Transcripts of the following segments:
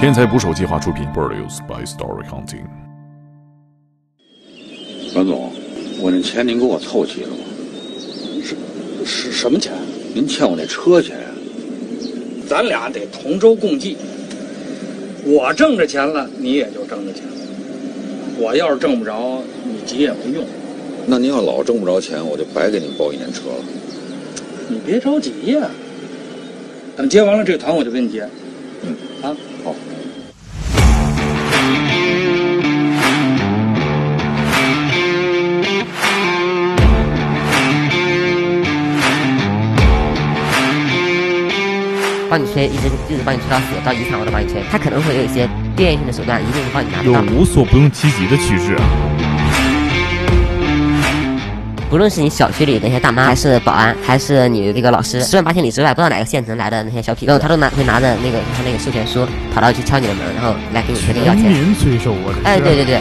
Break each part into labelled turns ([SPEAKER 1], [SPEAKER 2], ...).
[SPEAKER 1] 天才捕手计划出品，Produced by Story Hunting。
[SPEAKER 2] 樊总，我那钱您给我凑齐了吗？
[SPEAKER 3] 是是什么钱？
[SPEAKER 2] 您欠我那车钱呀、
[SPEAKER 3] 咱俩得同舟共济。我挣着钱了，你也就挣着钱了。我要是挣不着，你急也没用。
[SPEAKER 2] 那您要老挣不着钱，我就白给您包一年车了。
[SPEAKER 3] 你别着急呀、等接完了这团，我就跟你结。嗯啊，
[SPEAKER 2] 好。
[SPEAKER 4] 帮你切，一直一直帮你切到死，到遗产我都帮你切。他可能会有一些变性的手段，一定帮你拿不
[SPEAKER 5] 有
[SPEAKER 4] 到。
[SPEAKER 5] 无所不用其极的趋势啊。
[SPEAKER 4] 不论是你小区里的那些大妈，还是保安，还是你这个老师，十万八千里之外不知道哪个县城来的那些小痞子，哦然后他都拿会拿着那个他那个授权书跑到去敲你的门，然后来给你决定要
[SPEAKER 5] 全
[SPEAKER 4] 钱。
[SPEAKER 5] 民催收啊！这是
[SPEAKER 4] 哎，对对对，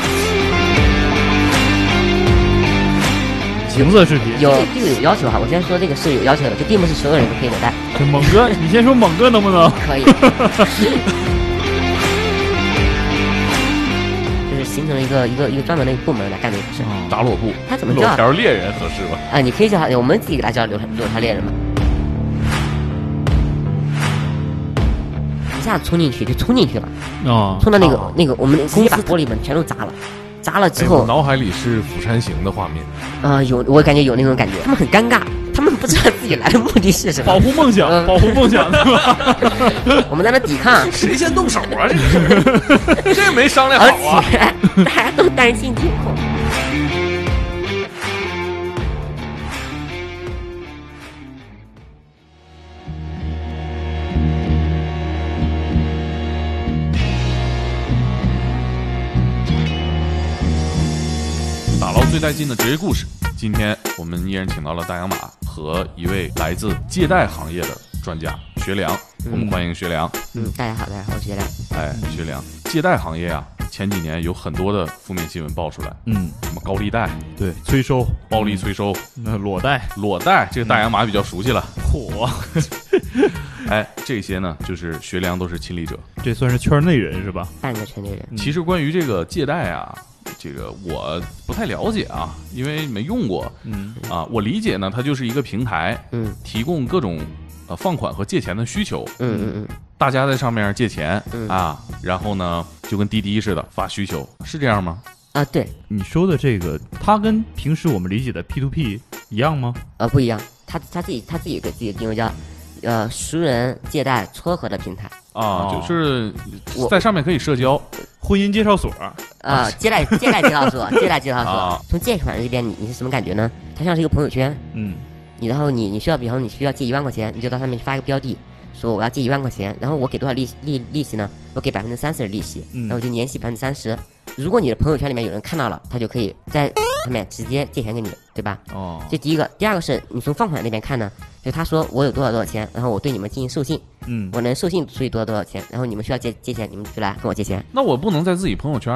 [SPEAKER 5] 情色视频。
[SPEAKER 4] 有这个有要求哈。我先说这个是有要求的，就并不是所有人都可以的，但
[SPEAKER 5] 这猛 哥，你先说猛哥能不能？
[SPEAKER 4] 可以。就是形成了一个一个一个专门的一个部门来干这个事。
[SPEAKER 1] 打裸布，
[SPEAKER 4] 他怎么
[SPEAKER 1] 裸
[SPEAKER 4] 叫
[SPEAKER 1] 条猎人合适吧？
[SPEAKER 4] 啊，你可以叫他，我们自己来叫柳条柳条猎人嘛。一下子冲进去就冲进去了，
[SPEAKER 5] 啊，
[SPEAKER 4] 冲到那个、那个我们公司把玻璃门全都砸了，砸了之
[SPEAKER 6] 哎
[SPEAKER 4] 后
[SPEAKER 6] 我，脑海里是《釜山行》的画面，
[SPEAKER 4] 啊、有我感觉有那种感觉，他们很尴尬，他们不知道自己来的目的是什
[SPEAKER 5] 保
[SPEAKER 1] 哦
[SPEAKER 4] 么。
[SPEAKER 5] 护梦想，
[SPEAKER 4] 嗯
[SPEAKER 5] 保护梦想，对吧？
[SPEAKER 4] 我们在那 抵 抗，
[SPEAKER 6] 谁先动手啊？这个 这没商量
[SPEAKER 4] 而
[SPEAKER 6] 好啊！
[SPEAKER 4] 且大家都担心惊恐。
[SPEAKER 1] 打捞最带劲的职业故事。今天我们依然请到了大洋马和一位来自借贷行业的专家学良，我们欢迎学良。
[SPEAKER 4] 嗯，大家好，大家好，我是杰亮。
[SPEAKER 1] 哎，学良，借贷行业啊，前几年有很多的负面新闻爆出来，
[SPEAKER 5] 嗯，
[SPEAKER 1] 什么高利贷、
[SPEAKER 5] 对，催收，
[SPEAKER 1] 暴力催收、
[SPEAKER 5] 那裸贷，
[SPEAKER 1] 裸贷，这个大洋马比较熟悉了。
[SPEAKER 5] 嚯，嗯
[SPEAKER 1] 哎，这些呢，就是学良都是亲历者。
[SPEAKER 5] 这算是圈内人是吧？
[SPEAKER 4] 半个圈内人，
[SPEAKER 5] 嗯
[SPEAKER 1] 其实关于这个借贷啊，这个我不太了解啊，因为没用过
[SPEAKER 5] 嗯
[SPEAKER 1] 啊。我理解呢，它就是一个平台，
[SPEAKER 4] 嗯
[SPEAKER 1] 提供各种呃放款和借钱的需求，
[SPEAKER 4] 嗯嗯
[SPEAKER 1] 大家在上面借钱
[SPEAKER 4] 嗯
[SPEAKER 1] 啊，然后呢就跟滴滴似的发需求，是这样吗？
[SPEAKER 4] 嗯，啊对，
[SPEAKER 5] 你说的这个，它跟平时我们理解的 P to P 一样吗？
[SPEAKER 4] 呃，不一样，他他自己他自己给自己的定位叫，呃，熟人借贷撮合的平台，
[SPEAKER 1] 啊，
[SPEAKER 5] 哦
[SPEAKER 1] 就是
[SPEAKER 4] 我
[SPEAKER 1] 在上面可以社交
[SPEAKER 5] 婚姻介绍所，
[SPEAKER 4] 呃，借贷借贷介绍所，借贷介绍
[SPEAKER 1] 啊
[SPEAKER 4] 所，从借款人这边你你是什么感觉呢？它像是一个朋友圈，
[SPEAKER 5] 嗯，
[SPEAKER 4] 你然后你你需要，比方你需要借一万块钱，你就到上面发一个标的，说我要借一万块钱，然后我给多少利利利息呢？我给百分之三十的利息，
[SPEAKER 5] 嗯
[SPEAKER 4] 然后我就年息百分之三十。如果你的朋友圈里面有人看到了，他就可以在上面直接借钱给你，对吧？
[SPEAKER 5] 哦，
[SPEAKER 4] 这第一个，第二个是你从放款那边看呢，就他说我有多少多少钱，然后我对你们进行授信，
[SPEAKER 5] 嗯，
[SPEAKER 4] 我能授信出去多少多少钱，然后你们需要借借钱，你们就来跟我借钱。
[SPEAKER 1] 那我不能在自己朋友圈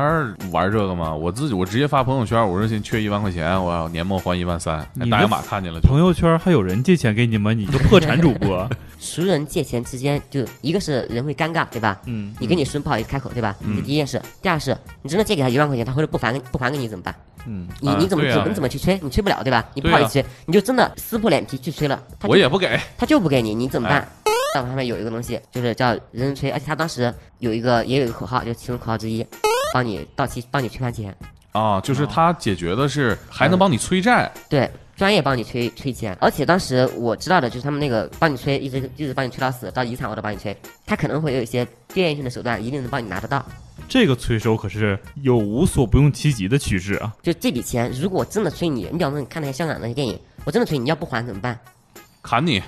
[SPEAKER 1] 玩这个吗？我自己我直接发朋友圈，我说现缺一万块钱，我要年末还一万三，
[SPEAKER 5] 你
[SPEAKER 1] 哎
[SPEAKER 5] 的
[SPEAKER 1] 大洋马看见了就
[SPEAKER 5] 朋友圈还有人借钱给你吗？你个破产主播，
[SPEAKER 4] 熟人借钱之间，就一个是人会尴尬，对吧？
[SPEAKER 5] 嗯
[SPEAKER 4] 你跟你孙不好意思开口，对吧？
[SPEAKER 1] 嗯
[SPEAKER 4] 这第一件事，第二是，你真的借给他一万块钱，他回来不还不还给你怎么办？
[SPEAKER 5] 嗯，
[SPEAKER 4] 你
[SPEAKER 1] 啊
[SPEAKER 4] 你怎么
[SPEAKER 1] 对啊
[SPEAKER 4] 怎么怎么去催？你催不了，对吧？你不
[SPEAKER 1] 对
[SPEAKER 4] 好意
[SPEAKER 1] 啊
[SPEAKER 4] 思催，你就真的撕破脸皮去催了，他就
[SPEAKER 1] 我也哎不给，
[SPEAKER 4] 他就不给你，你怎么办？但我上面有一个东西，就是叫人人催，而且他当时有一个也有一个口号，就是其中口号之一，帮你到期帮你催还钱，
[SPEAKER 1] 啊，就是它解决的是还能帮你催债，
[SPEAKER 4] 对，专业帮你催催钱，而且当时我知道的就是他们那个帮你催，一直一直帮你催到死，到遗产我都帮你催，他可能会有一些变性的手段，一定能帮你拿得到。
[SPEAKER 5] 这个催收可是有无所不用其极的趋势啊，
[SPEAKER 4] 就这笔钱，如果真的催你，你比方说你看那些香港那些电影，我真的催你，你要不还怎么办？
[SPEAKER 1] 砍你。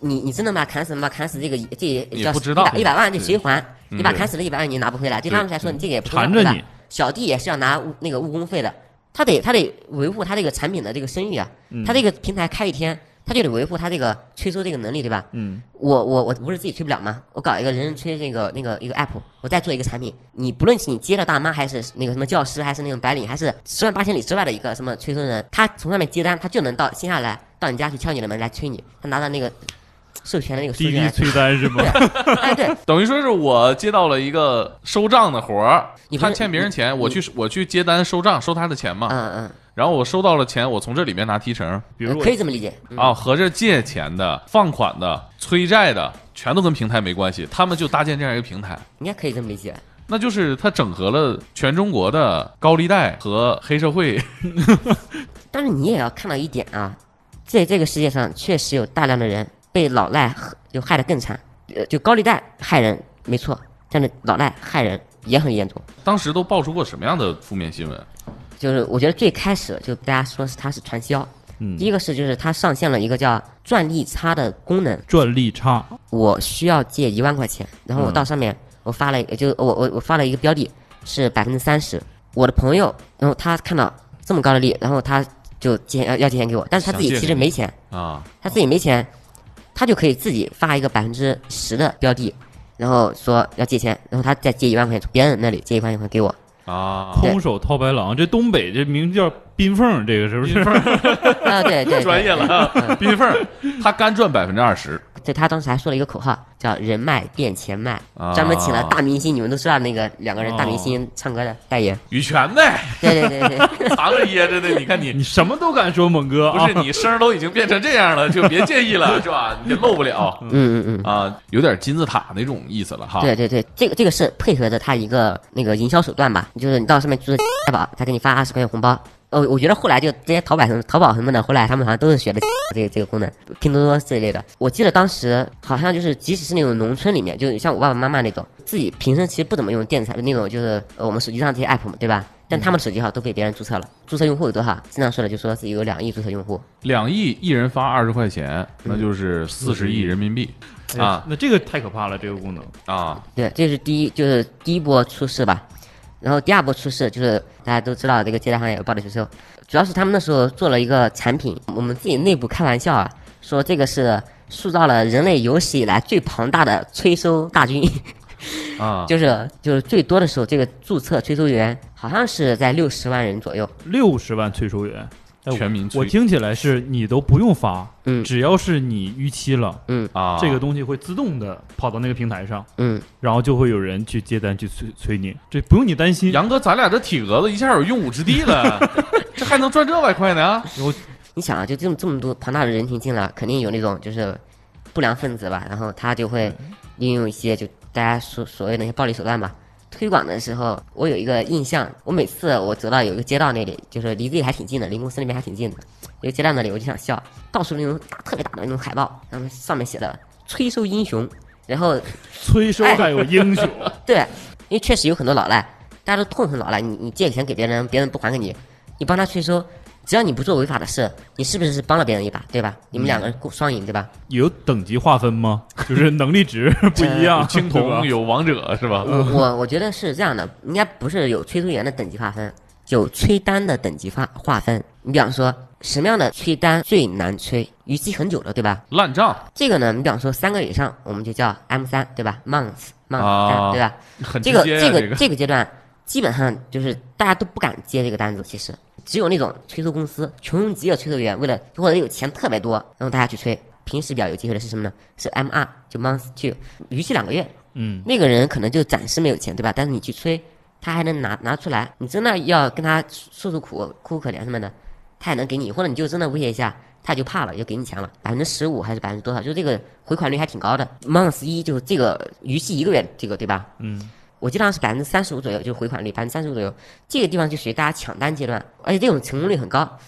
[SPEAKER 4] 你你真的把砍死吗？砍死这个这也
[SPEAKER 1] 也
[SPEAKER 4] 叫
[SPEAKER 1] 不知道
[SPEAKER 4] 一百一百万，你谁还？你把
[SPEAKER 1] 对
[SPEAKER 4] 砍死了一百万，你拿不回来，对
[SPEAKER 1] 对
[SPEAKER 4] 他们来说，你这个也不
[SPEAKER 5] 缠
[SPEAKER 4] 能拿回
[SPEAKER 5] 着
[SPEAKER 4] 来
[SPEAKER 5] 你
[SPEAKER 4] 小弟也是要拿误那个误工费的，他得他得维护他这个产品的这个声誉啊，
[SPEAKER 1] 嗯
[SPEAKER 4] 他这个平台开一天，他就得维护他这个催收这个能力，对吧？
[SPEAKER 5] 嗯，
[SPEAKER 4] 我我我不是自己催不了吗？我搞一个人人催那个那个一个 app，我再做一个产品，你不论是你接了大妈，还是那个什么教师，还是那种白领，还是十万八千里之外的一个什么催收人，他从上面接单，他就能到线下来到你家去敲你的门来催你，他拿到那个授权的那个书
[SPEAKER 5] 滴
[SPEAKER 4] 进
[SPEAKER 5] 滴
[SPEAKER 4] 来。
[SPEAKER 5] 催单是吗？
[SPEAKER 4] 哎，对，
[SPEAKER 1] 等于说是我接到了一个收账的活儿
[SPEAKER 4] 你，不是
[SPEAKER 1] 他欠别人钱，
[SPEAKER 4] 你
[SPEAKER 1] 我去我去接单收账，收他的钱嘛。
[SPEAKER 4] 嗯嗯
[SPEAKER 1] 然后我收到了钱，我从这里面拿提成
[SPEAKER 5] 比
[SPEAKER 4] 呃
[SPEAKER 5] 如，我
[SPEAKER 4] 可以这么理解。嗯
[SPEAKER 1] 啊，合着借钱的、放款的、催债的，全都跟平台没关系，他们就搭建这样一个平台。
[SPEAKER 4] 应该可以这么理解。
[SPEAKER 1] 那就是他整合了全中国的高利贷和黑社会，
[SPEAKER 4] 但是你也要看到一点啊，在这个世界上确实有大量的人被老赖和就害得更惨，呃，就高利贷害人没错，但是老赖害人也很严重。
[SPEAKER 1] 当时都爆出过什么样的负面新闻？
[SPEAKER 4] 就是我觉得最开始就大家说是它是传销，
[SPEAKER 1] 嗯
[SPEAKER 4] 第一个是就是它上线了一个叫赚利差的功能，
[SPEAKER 5] 赚利差，
[SPEAKER 4] 我需要借一万块钱，然后我
[SPEAKER 1] 嗯
[SPEAKER 4] 到上面我发了，就我我我发了一个标的是百分之三十，我的朋友，然后他看到这么高的利，然后他就借要要借钱给我，但是他自己
[SPEAKER 1] 想借
[SPEAKER 4] 其
[SPEAKER 1] 给
[SPEAKER 4] 实
[SPEAKER 1] 你
[SPEAKER 4] 没钱，
[SPEAKER 1] 啊，
[SPEAKER 4] 他自己没钱，他就可以自己发一个百分之十的标的，然后说要借钱，然后他再借一万块钱从别人那里借一万块钱 给我，
[SPEAKER 1] 啊，
[SPEAKER 4] 对
[SPEAKER 5] 空手套白狼，这东北这名叫宾凤，这个是 不是？
[SPEAKER 4] 啊对对，对
[SPEAKER 1] 专业了，啊，逼缝儿，他干赚百分之二十，
[SPEAKER 4] 对他当时还说了一个口号，叫“人脉变钱脉”，
[SPEAKER 1] 啊
[SPEAKER 4] 专门请了大明星，你们都知道那个两个人大明星唱歌的代言。
[SPEAKER 1] 羽泉呗，
[SPEAKER 4] 对对对嗯对，
[SPEAKER 1] 藏着掖着的，你看你。
[SPEAKER 5] 你什么都敢说，猛 哥
[SPEAKER 1] 不
[SPEAKER 5] 啊
[SPEAKER 1] 是！你声儿都已经变成这样了，就别介意了，是吧？你漏不了
[SPEAKER 4] 嗯嗯嗯，
[SPEAKER 1] 啊，有点金字塔那种意思了哈。
[SPEAKER 4] 对对对，这个这个是配合着他一个那个营销手段吧，就是你到上面注册淘宝，他给你发二十块钱红包。哦，我觉得后来就这些淘宝什么淘宝什么的，后来他们好像都是学的这个这个功能，拼多多这一类的。我记得当时好像就是，即使是那种农村里面，就是像我爸爸妈妈那种，自己平时其实不怎么用电子产那种，就是呃我们手机上这些 app 嘛，对吧？但他们手机号都被别人注册了，注册用户有多少？经常说的就说自己有两亿注册用户，
[SPEAKER 1] 两亿一人发二十块钱，那就是四十亿人民币
[SPEAKER 5] 嗯哎
[SPEAKER 1] 啊
[SPEAKER 5] 那这个太可怕了，这个功能
[SPEAKER 1] 啊！
[SPEAKER 4] 对，这是第一，就是第一波出事吧。然后第二波出事就是大家都知道这个借贷行业有暴力催收，主要是他们那时候做了一个产品，我们自己内部开玩笑啊，说这个是塑造了人类有史以来最庞大的催收大军，
[SPEAKER 1] 啊，
[SPEAKER 4] 就是就是最多的时候，这个注册催收员好像是在六十万人左右，
[SPEAKER 5] 六十万催收员，哎我
[SPEAKER 1] 全民催
[SPEAKER 5] 我听起来是你都不用发，
[SPEAKER 4] 嗯
[SPEAKER 5] 只要是你逾期了，
[SPEAKER 1] 啊，
[SPEAKER 5] 这个东西会自动的跑到那个平台上，
[SPEAKER 4] 嗯，
[SPEAKER 5] 然后就会有人去接单去催催你，这不用你担心。
[SPEAKER 1] 杨哥，咱俩这体格子一下有用武之地了，这还能赚这外快 呢？
[SPEAKER 4] 你想啊，就这么这么多庞大的人群进来，肯定有那种就是不良分子吧，然后他就会利用一些就大家所所谓的那些暴力手段吧。推广的时候，我有一个印象，我每次我走到有一个街道那里，就是离自己还挺近的，离公司那边还挺近的，有个街道那里，我就想笑，到处那种大特别大的那种海报，然后上面写的“催收英雄”，然后
[SPEAKER 5] 催收还有英 雄，
[SPEAKER 4] 对，因为确实有很多老赖，大家都痛恨老赖。你你借钱给别人，别人不还给你，你帮他催收，只要你不做违法的事，你是不是是帮了别人一把，对吧？你们两个人共双赢，对吧？
[SPEAKER 5] 有等级划分吗？就是能力 值不一样，
[SPEAKER 1] 青
[SPEAKER 5] 对吧嗯
[SPEAKER 1] 铜有王者是吧？
[SPEAKER 4] 我我我觉得是这样的，应该不是有催收员的等级划分，有催单的等级划划分。你比方说，什么样的催单最难催，逾期很久了，对吧？
[SPEAKER 1] 烂账
[SPEAKER 4] 这个呢，你比方说三个以上，我们就叫 M 三，对吧？month month，、
[SPEAKER 1] 啊
[SPEAKER 4] 对吧？
[SPEAKER 1] 很
[SPEAKER 4] 这
[SPEAKER 1] 直
[SPEAKER 4] 个
[SPEAKER 1] 接呀啊
[SPEAKER 4] 这
[SPEAKER 1] 这
[SPEAKER 4] 个这个阶段，基本上就是大家都不敢接这个单子，其实只有那种催收公司穷极了催收员，为了或者有钱特别多，然后大家去催。平时比较有机会的是什么呢？是 M 二，就 month two，逾期两个月。
[SPEAKER 5] 嗯，
[SPEAKER 4] 那个人可能就暂时没有钱，对吧？但是你去催，他还能拿拿出来。你真的要跟他诉诉苦、哭哭可怜什么的，他也能给你，或者你就真的威胁一下，他就怕了，就给你钱了，百分之十五还是百分之多少？就这个回款率还挺高的。month 一就是这个逾期一个月，这个对吧？
[SPEAKER 5] 嗯，
[SPEAKER 4] 我记得好像是百分之三十五左右，就是回款率百分之三十五左右。这个地方就属于大家抢单阶段，而且这种成功率很高。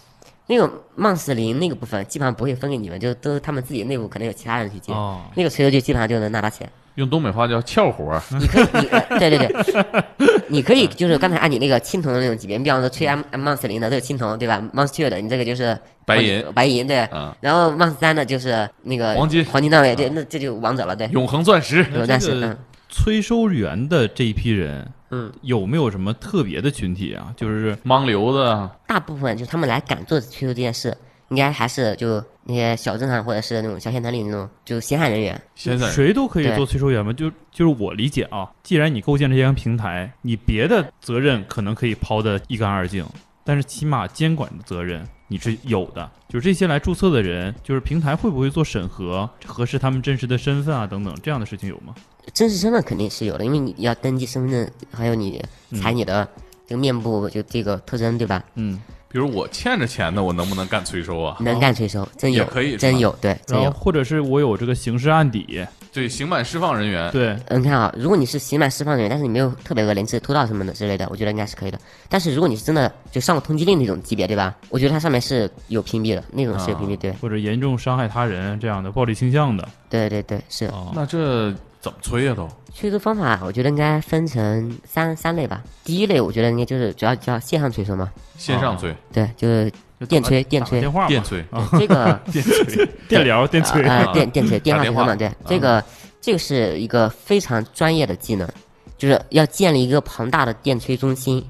[SPEAKER 4] 那种 month 零那个部分基本上不会分给你们，就都是他们自己内部可能有其他人去接，
[SPEAKER 5] 哦
[SPEAKER 4] 那个催收就基本上就能拿到钱。
[SPEAKER 1] 用东北话叫撬活儿
[SPEAKER 4] 你可以，你呃对对对，你可以就是刚才按你那个青铜的那种级别，你比方说吹 M M 梦四零的这个青铜对吧？Mon s t e r 的你这个就是
[SPEAKER 1] 白银
[SPEAKER 4] 白银对，
[SPEAKER 1] 啊，
[SPEAKER 4] 然后 Mon 三的就是那个
[SPEAKER 1] 黄金
[SPEAKER 4] 黄金段位对，那这就王者了对。
[SPEAKER 1] 永恒钻石
[SPEAKER 4] 有
[SPEAKER 5] 那
[SPEAKER 4] 但
[SPEAKER 5] 这
[SPEAKER 4] 是
[SPEAKER 5] 个
[SPEAKER 4] 嗯
[SPEAKER 5] 催收员的这一批人，
[SPEAKER 4] 嗯，
[SPEAKER 5] 有没有什么特别的群体啊？就是
[SPEAKER 1] 盲流子
[SPEAKER 4] 大部分就是他们来敢做催收这件事，应该还是就那些小镇上或者是那种小县城里那种就是闲散人员。
[SPEAKER 1] 先生
[SPEAKER 5] 谁都可以
[SPEAKER 4] 对
[SPEAKER 5] 做催收员吗？就就是我理解啊，既然你构建这些平台，你别的责任可能可以抛得一干二净，但是起码监管的责任你是有的。就是这些来注册的人，就是平台会不会做审核，核实他们真实的身份啊等等这样的事情有吗？
[SPEAKER 4] 真实身份肯定是有的，因为你要登记身份证，还有你采你的这个面部就这个特征，对吧？
[SPEAKER 5] 嗯，
[SPEAKER 1] 比如我欠着钱的，我能不能干催收啊？
[SPEAKER 4] 能干催收，真
[SPEAKER 1] 也
[SPEAKER 4] 有，
[SPEAKER 1] 可以是吧
[SPEAKER 4] 真有，对，真
[SPEAKER 5] 然后
[SPEAKER 4] 有。
[SPEAKER 5] 或者是我有这个刑事案底，
[SPEAKER 1] 对，刑满释放人员，
[SPEAKER 5] 对，
[SPEAKER 4] 嗯，你看啊，如果你是刑满释放人员，但是你没有特别恶劣，你只是偷盗什么的之类的，我觉得应该是可以的。但是如果你是真的就上过通缉令那种级别，对吧？我觉得它上面是有屏蔽的，那种是有屏蔽，
[SPEAKER 1] 啊
[SPEAKER 4] 对，
[SPEAKER 5] 或者严重伤害他人这样的暴力倾向的
[SPEAKER 4] 对对对，是。
[SPEAKER 5] 啊。
[SPEAKER 1] 那这怎么催呀、都？
[SPEAKER 4] 催收方法，我觉得应该分成三三类吧。第一类，我觉得应该就是主要叫线上催收嘛，
[SPEAKER 1] 线上催，
[SPEAKER 4] 对，就是
[SPEAKER 5] 就
[SPEAKER 4] 电
[SPEAKER 5] 打
[SPEAKER 4] 催
[SPEAKER 5] 打
[SPEAKER 4] 电
[SPEAKER 5] 个
[SPEAKER 4] 催
[SPEAKER 5] 电话嘛
[SPEAKER 1] 电催，
[SPEAKER 4] 这个。
[SPEAKER 5] 电催电聊电催
[SPEAKER 4] 啊、呃，电电池电
[SPEAKER 1] 打
[SPEAKER 4] 话
[SPEAKER 1] 电
[SPEAKER 4] 推销
[SPEAKER 1] 话
[SPEAKER 4] 嘛，对，这个这个是一个非常专业的技能，就是要建立一个庞大的电催中心，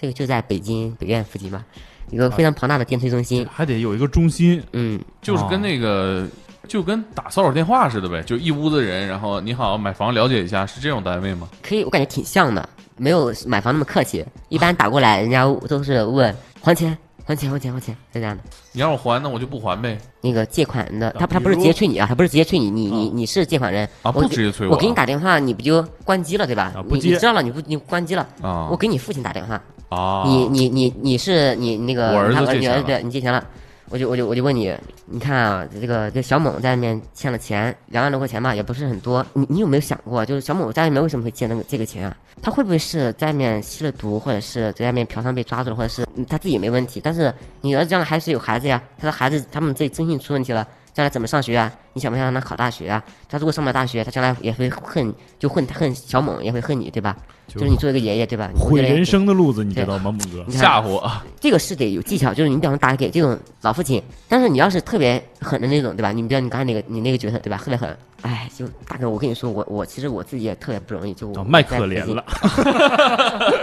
[SPEAKER 4] 这个就在北京北院附近嘛，一个非常庞大的电催中心，
[SPEAKER 5] 还得有一个中心，
[SPEAKER 4] 嗯，
[SPEAKER 1] 就是跟那个。就跟打骚扰电话似的呗，就一屋子人，然后你好，买房了解一下，是这种单位吗？
[SPEAKER 4] 可以，我感觉挺像的，没有买房那么客气，一般打过来人家都是问还钱还钱还钱还钱，是这样的。
[SPEAKER 1] 你让我还，那我就不还呗。
[SPEAKER 4] 那个借款的，他
[SPEAKER 5] 比
[SPEAKER 4] 他不是
[SPEAKER 5] 如
[SPEAKER 4] 直接催你啊，他不是直接催你，你你你是借款人
[SPEAKER 1] 啊
[SPEAKER 4] 我
[SPEAKER 1] 不
[SPEAKER 4] 给
[SPEAKER 1] 直接催
[SPEAKER 4] 我
[SPEAKER 1] 我
[SPEAKER 4] 给你
[SPEAKER 1] 啊
[SPEAKER 4] 打电话，你不就关机了对吧
[SPEAKER 5] 啊？不
[SPEAKER 4] 你你
[SPEAKER 5] 接
[SPEAKER 4] 知道了，你不你关机了
[SPEAKER 1] 啊
[SPEAKER 4] 我给你父亲打电话，
[SPEAKER 1] 啊，
[SPEAKER 4] 你你你你是你那个
[SPEAKER 1] 我儿子
[SPEAKER 4] 他
[SPEAKER 1] 借
[SPEAKER 4] 你
[SPEAKER 1] 钱
[SPEAKER 4] 儿
[SPEAKER 1] 了
[SPEAKER 4] 子对你借钱了，我就我就我就问你，你看啊，这个这小猛在外面欠了钱两万多块钱吧，也不是很多，你你有没有想过，就是小猛在外面为什么会借那个这个钱啊？他会不会是在外面吸了毒，或者是在外面嫖娼被抓住了，或者是嗯他自己没问题，但是你儿子将来还是有孩子呀，他的孩子他们自己征信出问题了。将来怎么上学啊？你想不想让他考大学啊？他如果上不了大学，他将来也会恨，就恨恨小猛，也会恨你，对吧？
[SPEAKER 5] 就
[SPEAKER 4] 就是你作为一个爷爷，对吧？你会
[SPEAKER 5] 毁
[SPEAKER 4] 觉得
[SPEAKER 5] 人生的路子，你
[SPEAKER 4] 对
[SPEAKER 5] 知道吗，猛哥？
[SPEAKER 4] 你看啊
[SPEAKER 1] 吓
[SPEAKER 4] 哎
[SPEAKER 1] 唬我，
[SPEAKER 4] 这个是得有技巧，就是你比方说打给这种老父亲，但是你要是特别狠的那种，对吧？你比方你刚才那个你那个角色，对吧？特别狠，哎，就大哥，我跟你说，我我其实我自己也特别不容易，就我
[SPEAKER 1] 哦
[SPEAKER 5] 啊，卖
[SPEAKER 4] 在
[SPEAKER 5] 可怜
[SPEAKER 4] 北京
[SPEAKER 5] 了。，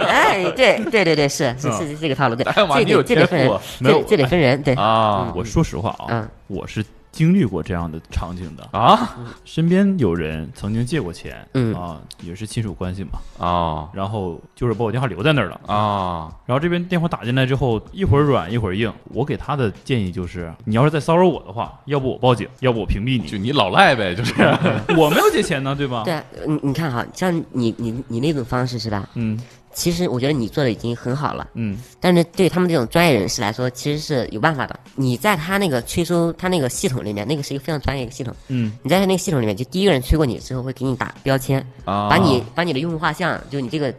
[SPEAKER 4] 哎，对对对对，是是
[SPEAKER 5] 啊
[SPEAKER 4] 是是这个套路，对，
[SPEAKER 1] 哎呀妈
[SPEAKER 4] 这
[SPEAKER 1] 你有
[SPEAKER 4] 得这得
[SPEAKER 1] 天
[SPEAKER 4] 分人
[SPEAKER 1] 赋啊，
[SPEAKER 4] 这
[SPEAKER 5] 没有
[SPEAKER 4] 得这得分人，对，
[SPEAKER 1] 啊
[SPEAKER 5] 我说实话啊
[SPEAKER 4] 嗯，
[SPEAKER 5] 我是经历过这样的场景的。
[SPEAKER 1] 啊
[SPEAKER 5] 身边有人曾经借过钱，
[SPEAKER 4] 嗯
[SPEAKER 5] 啊，也是亲属关系嘛，
[SPEAKER 1] 啊
[SPEAKER 5] 然后就是把我电话留在那儿了。
[SPEAKER 1] 啊！
[SPEAKER 5] 然后这边电话打进来之后，一会儿软一会儿硬。我给他的建议就是，你要是再骚扰我的话，要不我报警，要不我屏蔽
[SPEAKER 1] 就
[SPEAKER 5] 你。
[SPEAKER 1] 你老赖呗， 就是啊
[SPEAKER 5] 我没有借钱呢，对吧？
[SPEAKER 4] 对，啊，你你看哈，像你你你那种方式是吧？
[SPEAKER 5] 嗯
[SPEAKER 4] 其实我觉得你做的已经很好了，
[SPEAKER 5] 嗯，
[SPEAKER 4] 但是对他们这种专业人士来说，其实是有办法的。你在他那个催收他那个系统里面，那个是一个非常专业的系统，
[SPEAKER 5] 嗯，
[SPEAKER 4] 你在那个系统里面，就第一个人催过你之后，会给你打标签，
[SPEAKER 5] 哦
[SPEAKER 1] 啊
[SPEAKER 4] 把你把你的用户画像，就你这个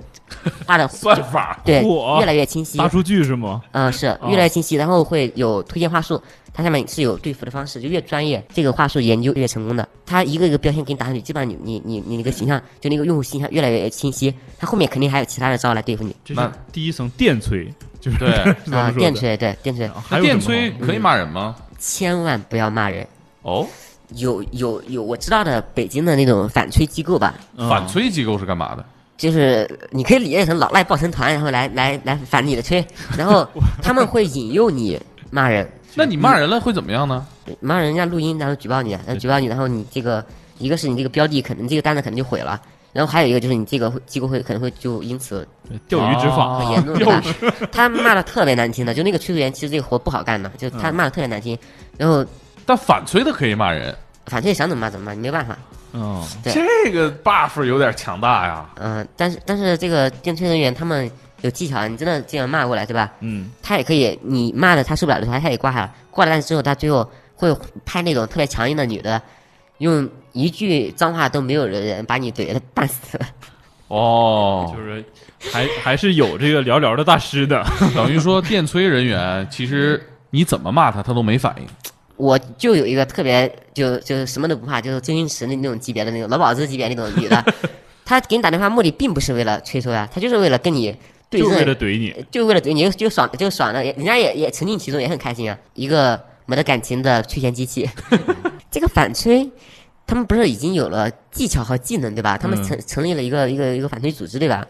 [SPEAKER 4] 画的
[SPEAKER 1] 算法
[SPEAKER 4] 对
[SPEAKER 5] 嚯
[SPEAKER 4] 越来越清晰
[SPEAKER 5] 大，数据是吗？
[SPEAKER 4] 嗯、是
[SPEAKER 5] 哦
[SPEAKER 4] 越来越清晰，然后会有推荐话术，它下面是有对付的方式，就越专业，这个话术研究越成功的，它一个一个标签给你打上去，基本上你你你你那个形象，就那个用户形象越来越清晰，它后面肯定还有其他的招来对付你
[SPEAKER 5] 这
[SPEAKER 1] 那
[SPEAKER 5] 是第一层电催，就是
[SPEAKER 1] 对
[SPEAKER 5] 是这
[SPEAKER 4] 啊、
[SPEAKER 5] 么说的哦啊
[SPEAKER 4] 电催对电催，
[SPEAKER 5] 还
[SPEAKER 1] 那
[SPEAKER 5] 有
[SPEAKER 1] 电
[SPEAKER 5] 什么嗯
[SPEAKER 1] 催可以骂人吗？
[SPEAKER 4] 千万不要骂人。
[SPEAKER 1] 哦，
[SPEAKER 4] 有有有，我知道的北京的那种反催机构吧，
[SPEAKER 5] 嗯
[SPEAKER 1] 反催机构是干嘛的？
[SPEAKER 4] 就是你可以理解成老赖抱成团，然后来来来反你的吹，然后他们会引诱你骂人，
[SPEAKER 1] 那你骂人了会怎么样呢？
[SPEAKER 4] 骂人家录音，然后举报你，啊然后举报你，然后你这个一个是你这个标的可能这个单子可能就毁了，然后还有一个就是你这个会机构会可能会就因此
[SPEAKER 5] 钓鱼执法
[SPEAKER 1] 啊
[SPEAKER 4] 很哦 严重的吧。 他骂的特别难听的，就那个催促员其实这个活不好干的，就他骂的特别难听，然后
[SPEAKER 1] 但反催的可以骂人，
[SPEAKER 4] 反正想怎么骂怎么骂，你没办法。
[SPEAKER 5] 嗯，
[SPEAKER 4] 对
[SPEAKER 1] 这个 buff 有点强大呀。
[SPEAKER 4] 嗯、但是但是这个电催人员他们有技巧，啊你真的这样骂过来，对吧？
[SPEAKER 5] 嗯，
[SPEAKER 4] 他也可以，你骂的他受不了的时候，他也挂了，挂了但是之后，他最后会拍那种特别强硬的女的，用一句脏话都没有的人把你怼的半死。
[SPEAKER 1] 哦
[SPEAKER 5] 就，是还 还是有这个聊聊的大师 的，
[SPEAKER 1] 等于说电催人员其
[SPEAKER 4] 嗯
[SPEAKER 1] 实你怎么骂他，他都没反应。
[SPEAKER 4] 我就有一个特别就就是什么都不怕，就是周星驰那那种级别的那种老鸨子级别那种女的， 她给你打电话目的并不是为了催收呀，她就是为了跟你对呃
[SPEAKER 5] 就为了
[SPEAKER 4] 阵，
[SPEAKER 5] 怼你。
[SPEAKER 4] 就为了怼你就爽就爽了，也人家也也沉浸其中也很开心啊，一个没得感情的催钱机 器。这个反催，他们不是已经有了技巧和技能对吧？他们
[SPEAKER 5] 嗯
[SPEAKER 4] 成、成立了一个一个一个反催组织对吧？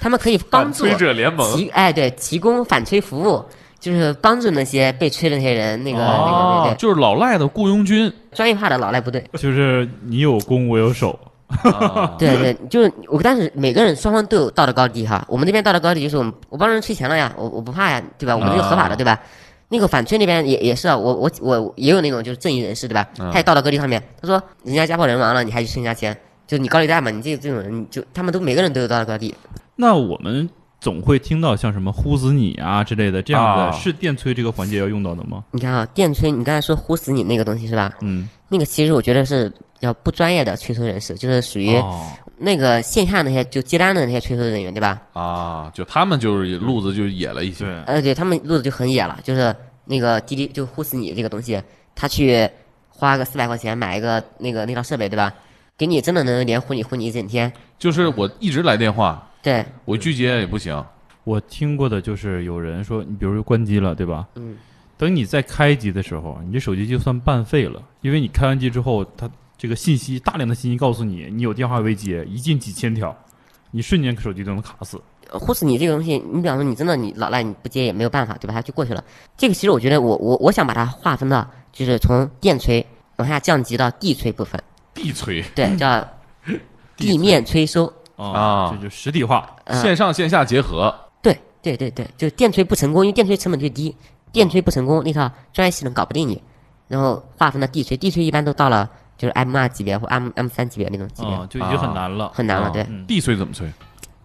[SPEAKER 4] 他们可以帮助
[SPEAKER 1] 反催者联盟
[SPEAKER 4] 提哎对提供反催服务，就是帮助那些被催的那些人那个、那个那
[SPEAKER 1] 哦，
[SPEAKER 4] 个
[SPEAKER 1] 就是老赖的雇佣 军。
[SPEAKER 4] 专业化的老赖部队。
[SPEAKER 5] 就是你有功我有守，
[SPEAKER 1] 啊
[SPEAKER 4] 对对，就是我，但是每个人双方都有道德高地哈。我们那边道德高地就是我们我帮人催钱了呀，我我不怕呀，对吧？我们这个合法的，对吧？那个反崔那边也也是啊，我我我也有那种就是正义人士对吧？
[SPEAKER 1] 嗯
[SPEAKER 4] 他也到了各地上面，他说人家家破人亡了，你还去收人家钱，就你高利贷嘛，你这这种人你就他们都每个人都有到了各地，
[SPEAKER 5] 那我们总会听到像什么“呼死你”啊之类的，这样的、
[SPEAKER 1] 啊
[SPEAKER 5] 是电催这个环节要用到的吗？
[SPEAKER 4] 你看啊，电催，你刚才说呼死你那个东西是吧？
[SPEAKER 5] 嗯，
[SPEAKER 4] 那个其实我觉得是比较不专业的催收人士，就是属于
[SPEAKER 5] 哦，
[SPEAKER 4] 那个线下那些就接单的那些催收人员，对吧？
[SPEAKER 1] 啊，就他们就是路子就野了一些，
[SPEAKER 5] 对，
[SPEAKER 4] 而且他们路子就很野了，就是那个滴滴就呼死你这个东西，他去花个四百块钱买一个那个那套设备，对吧？给你真的能连呼你呼你一整天，
[SPEAKER 1] 就是我一直来电话，
[SPEAKER 4] 对，
[SPEAKER 1] 我拒接也不行，
[SPEAKER 5] 我听过的就是有人说，你比如说关机了，对吧？
[SPEAKER 4] 嗯。
[SPEAKER 5] 等你再开机的时候，你这手机就算半废了，因为你开完机之后，它这个信息大量的信息告诉你，你有电话未接，一进几千条，你瞬间手机都能卡死。
[SPEAKER 4] 呼死你这个东西，你比方说你真的你老赖你不接也没有办法，对吧？他就过去了。这个其实我觉得我我我想把它划分到就是从电催往下降级到地催部分，
[SPEAKER 1] 地催，
[SPEAKER 4] 对，叫地面催收。
[SPEAKER 1] 啊
[SPEAKER 5] 这就实体化。
[SPEAKER 4] 嗯
[SPEAKER 1] 线上线下结合，
[SPEAKER 4] 对对对对，就电催不成功，因为电催成本最低，电催不成功，那套专业系统搞不定你，然后划分到地催，地催一般都到了就是 M 二级别或 M M 三级别那种级别，
[SPEAKER 5] 啊，就已经很难了。
[SPEAKER 4] 很难了。
[SPEAKER 1] 啊
[SPEAKER 4] 对，
[SPEAKER 5] 嗯
[SPEAKER 1] 地催怎么催？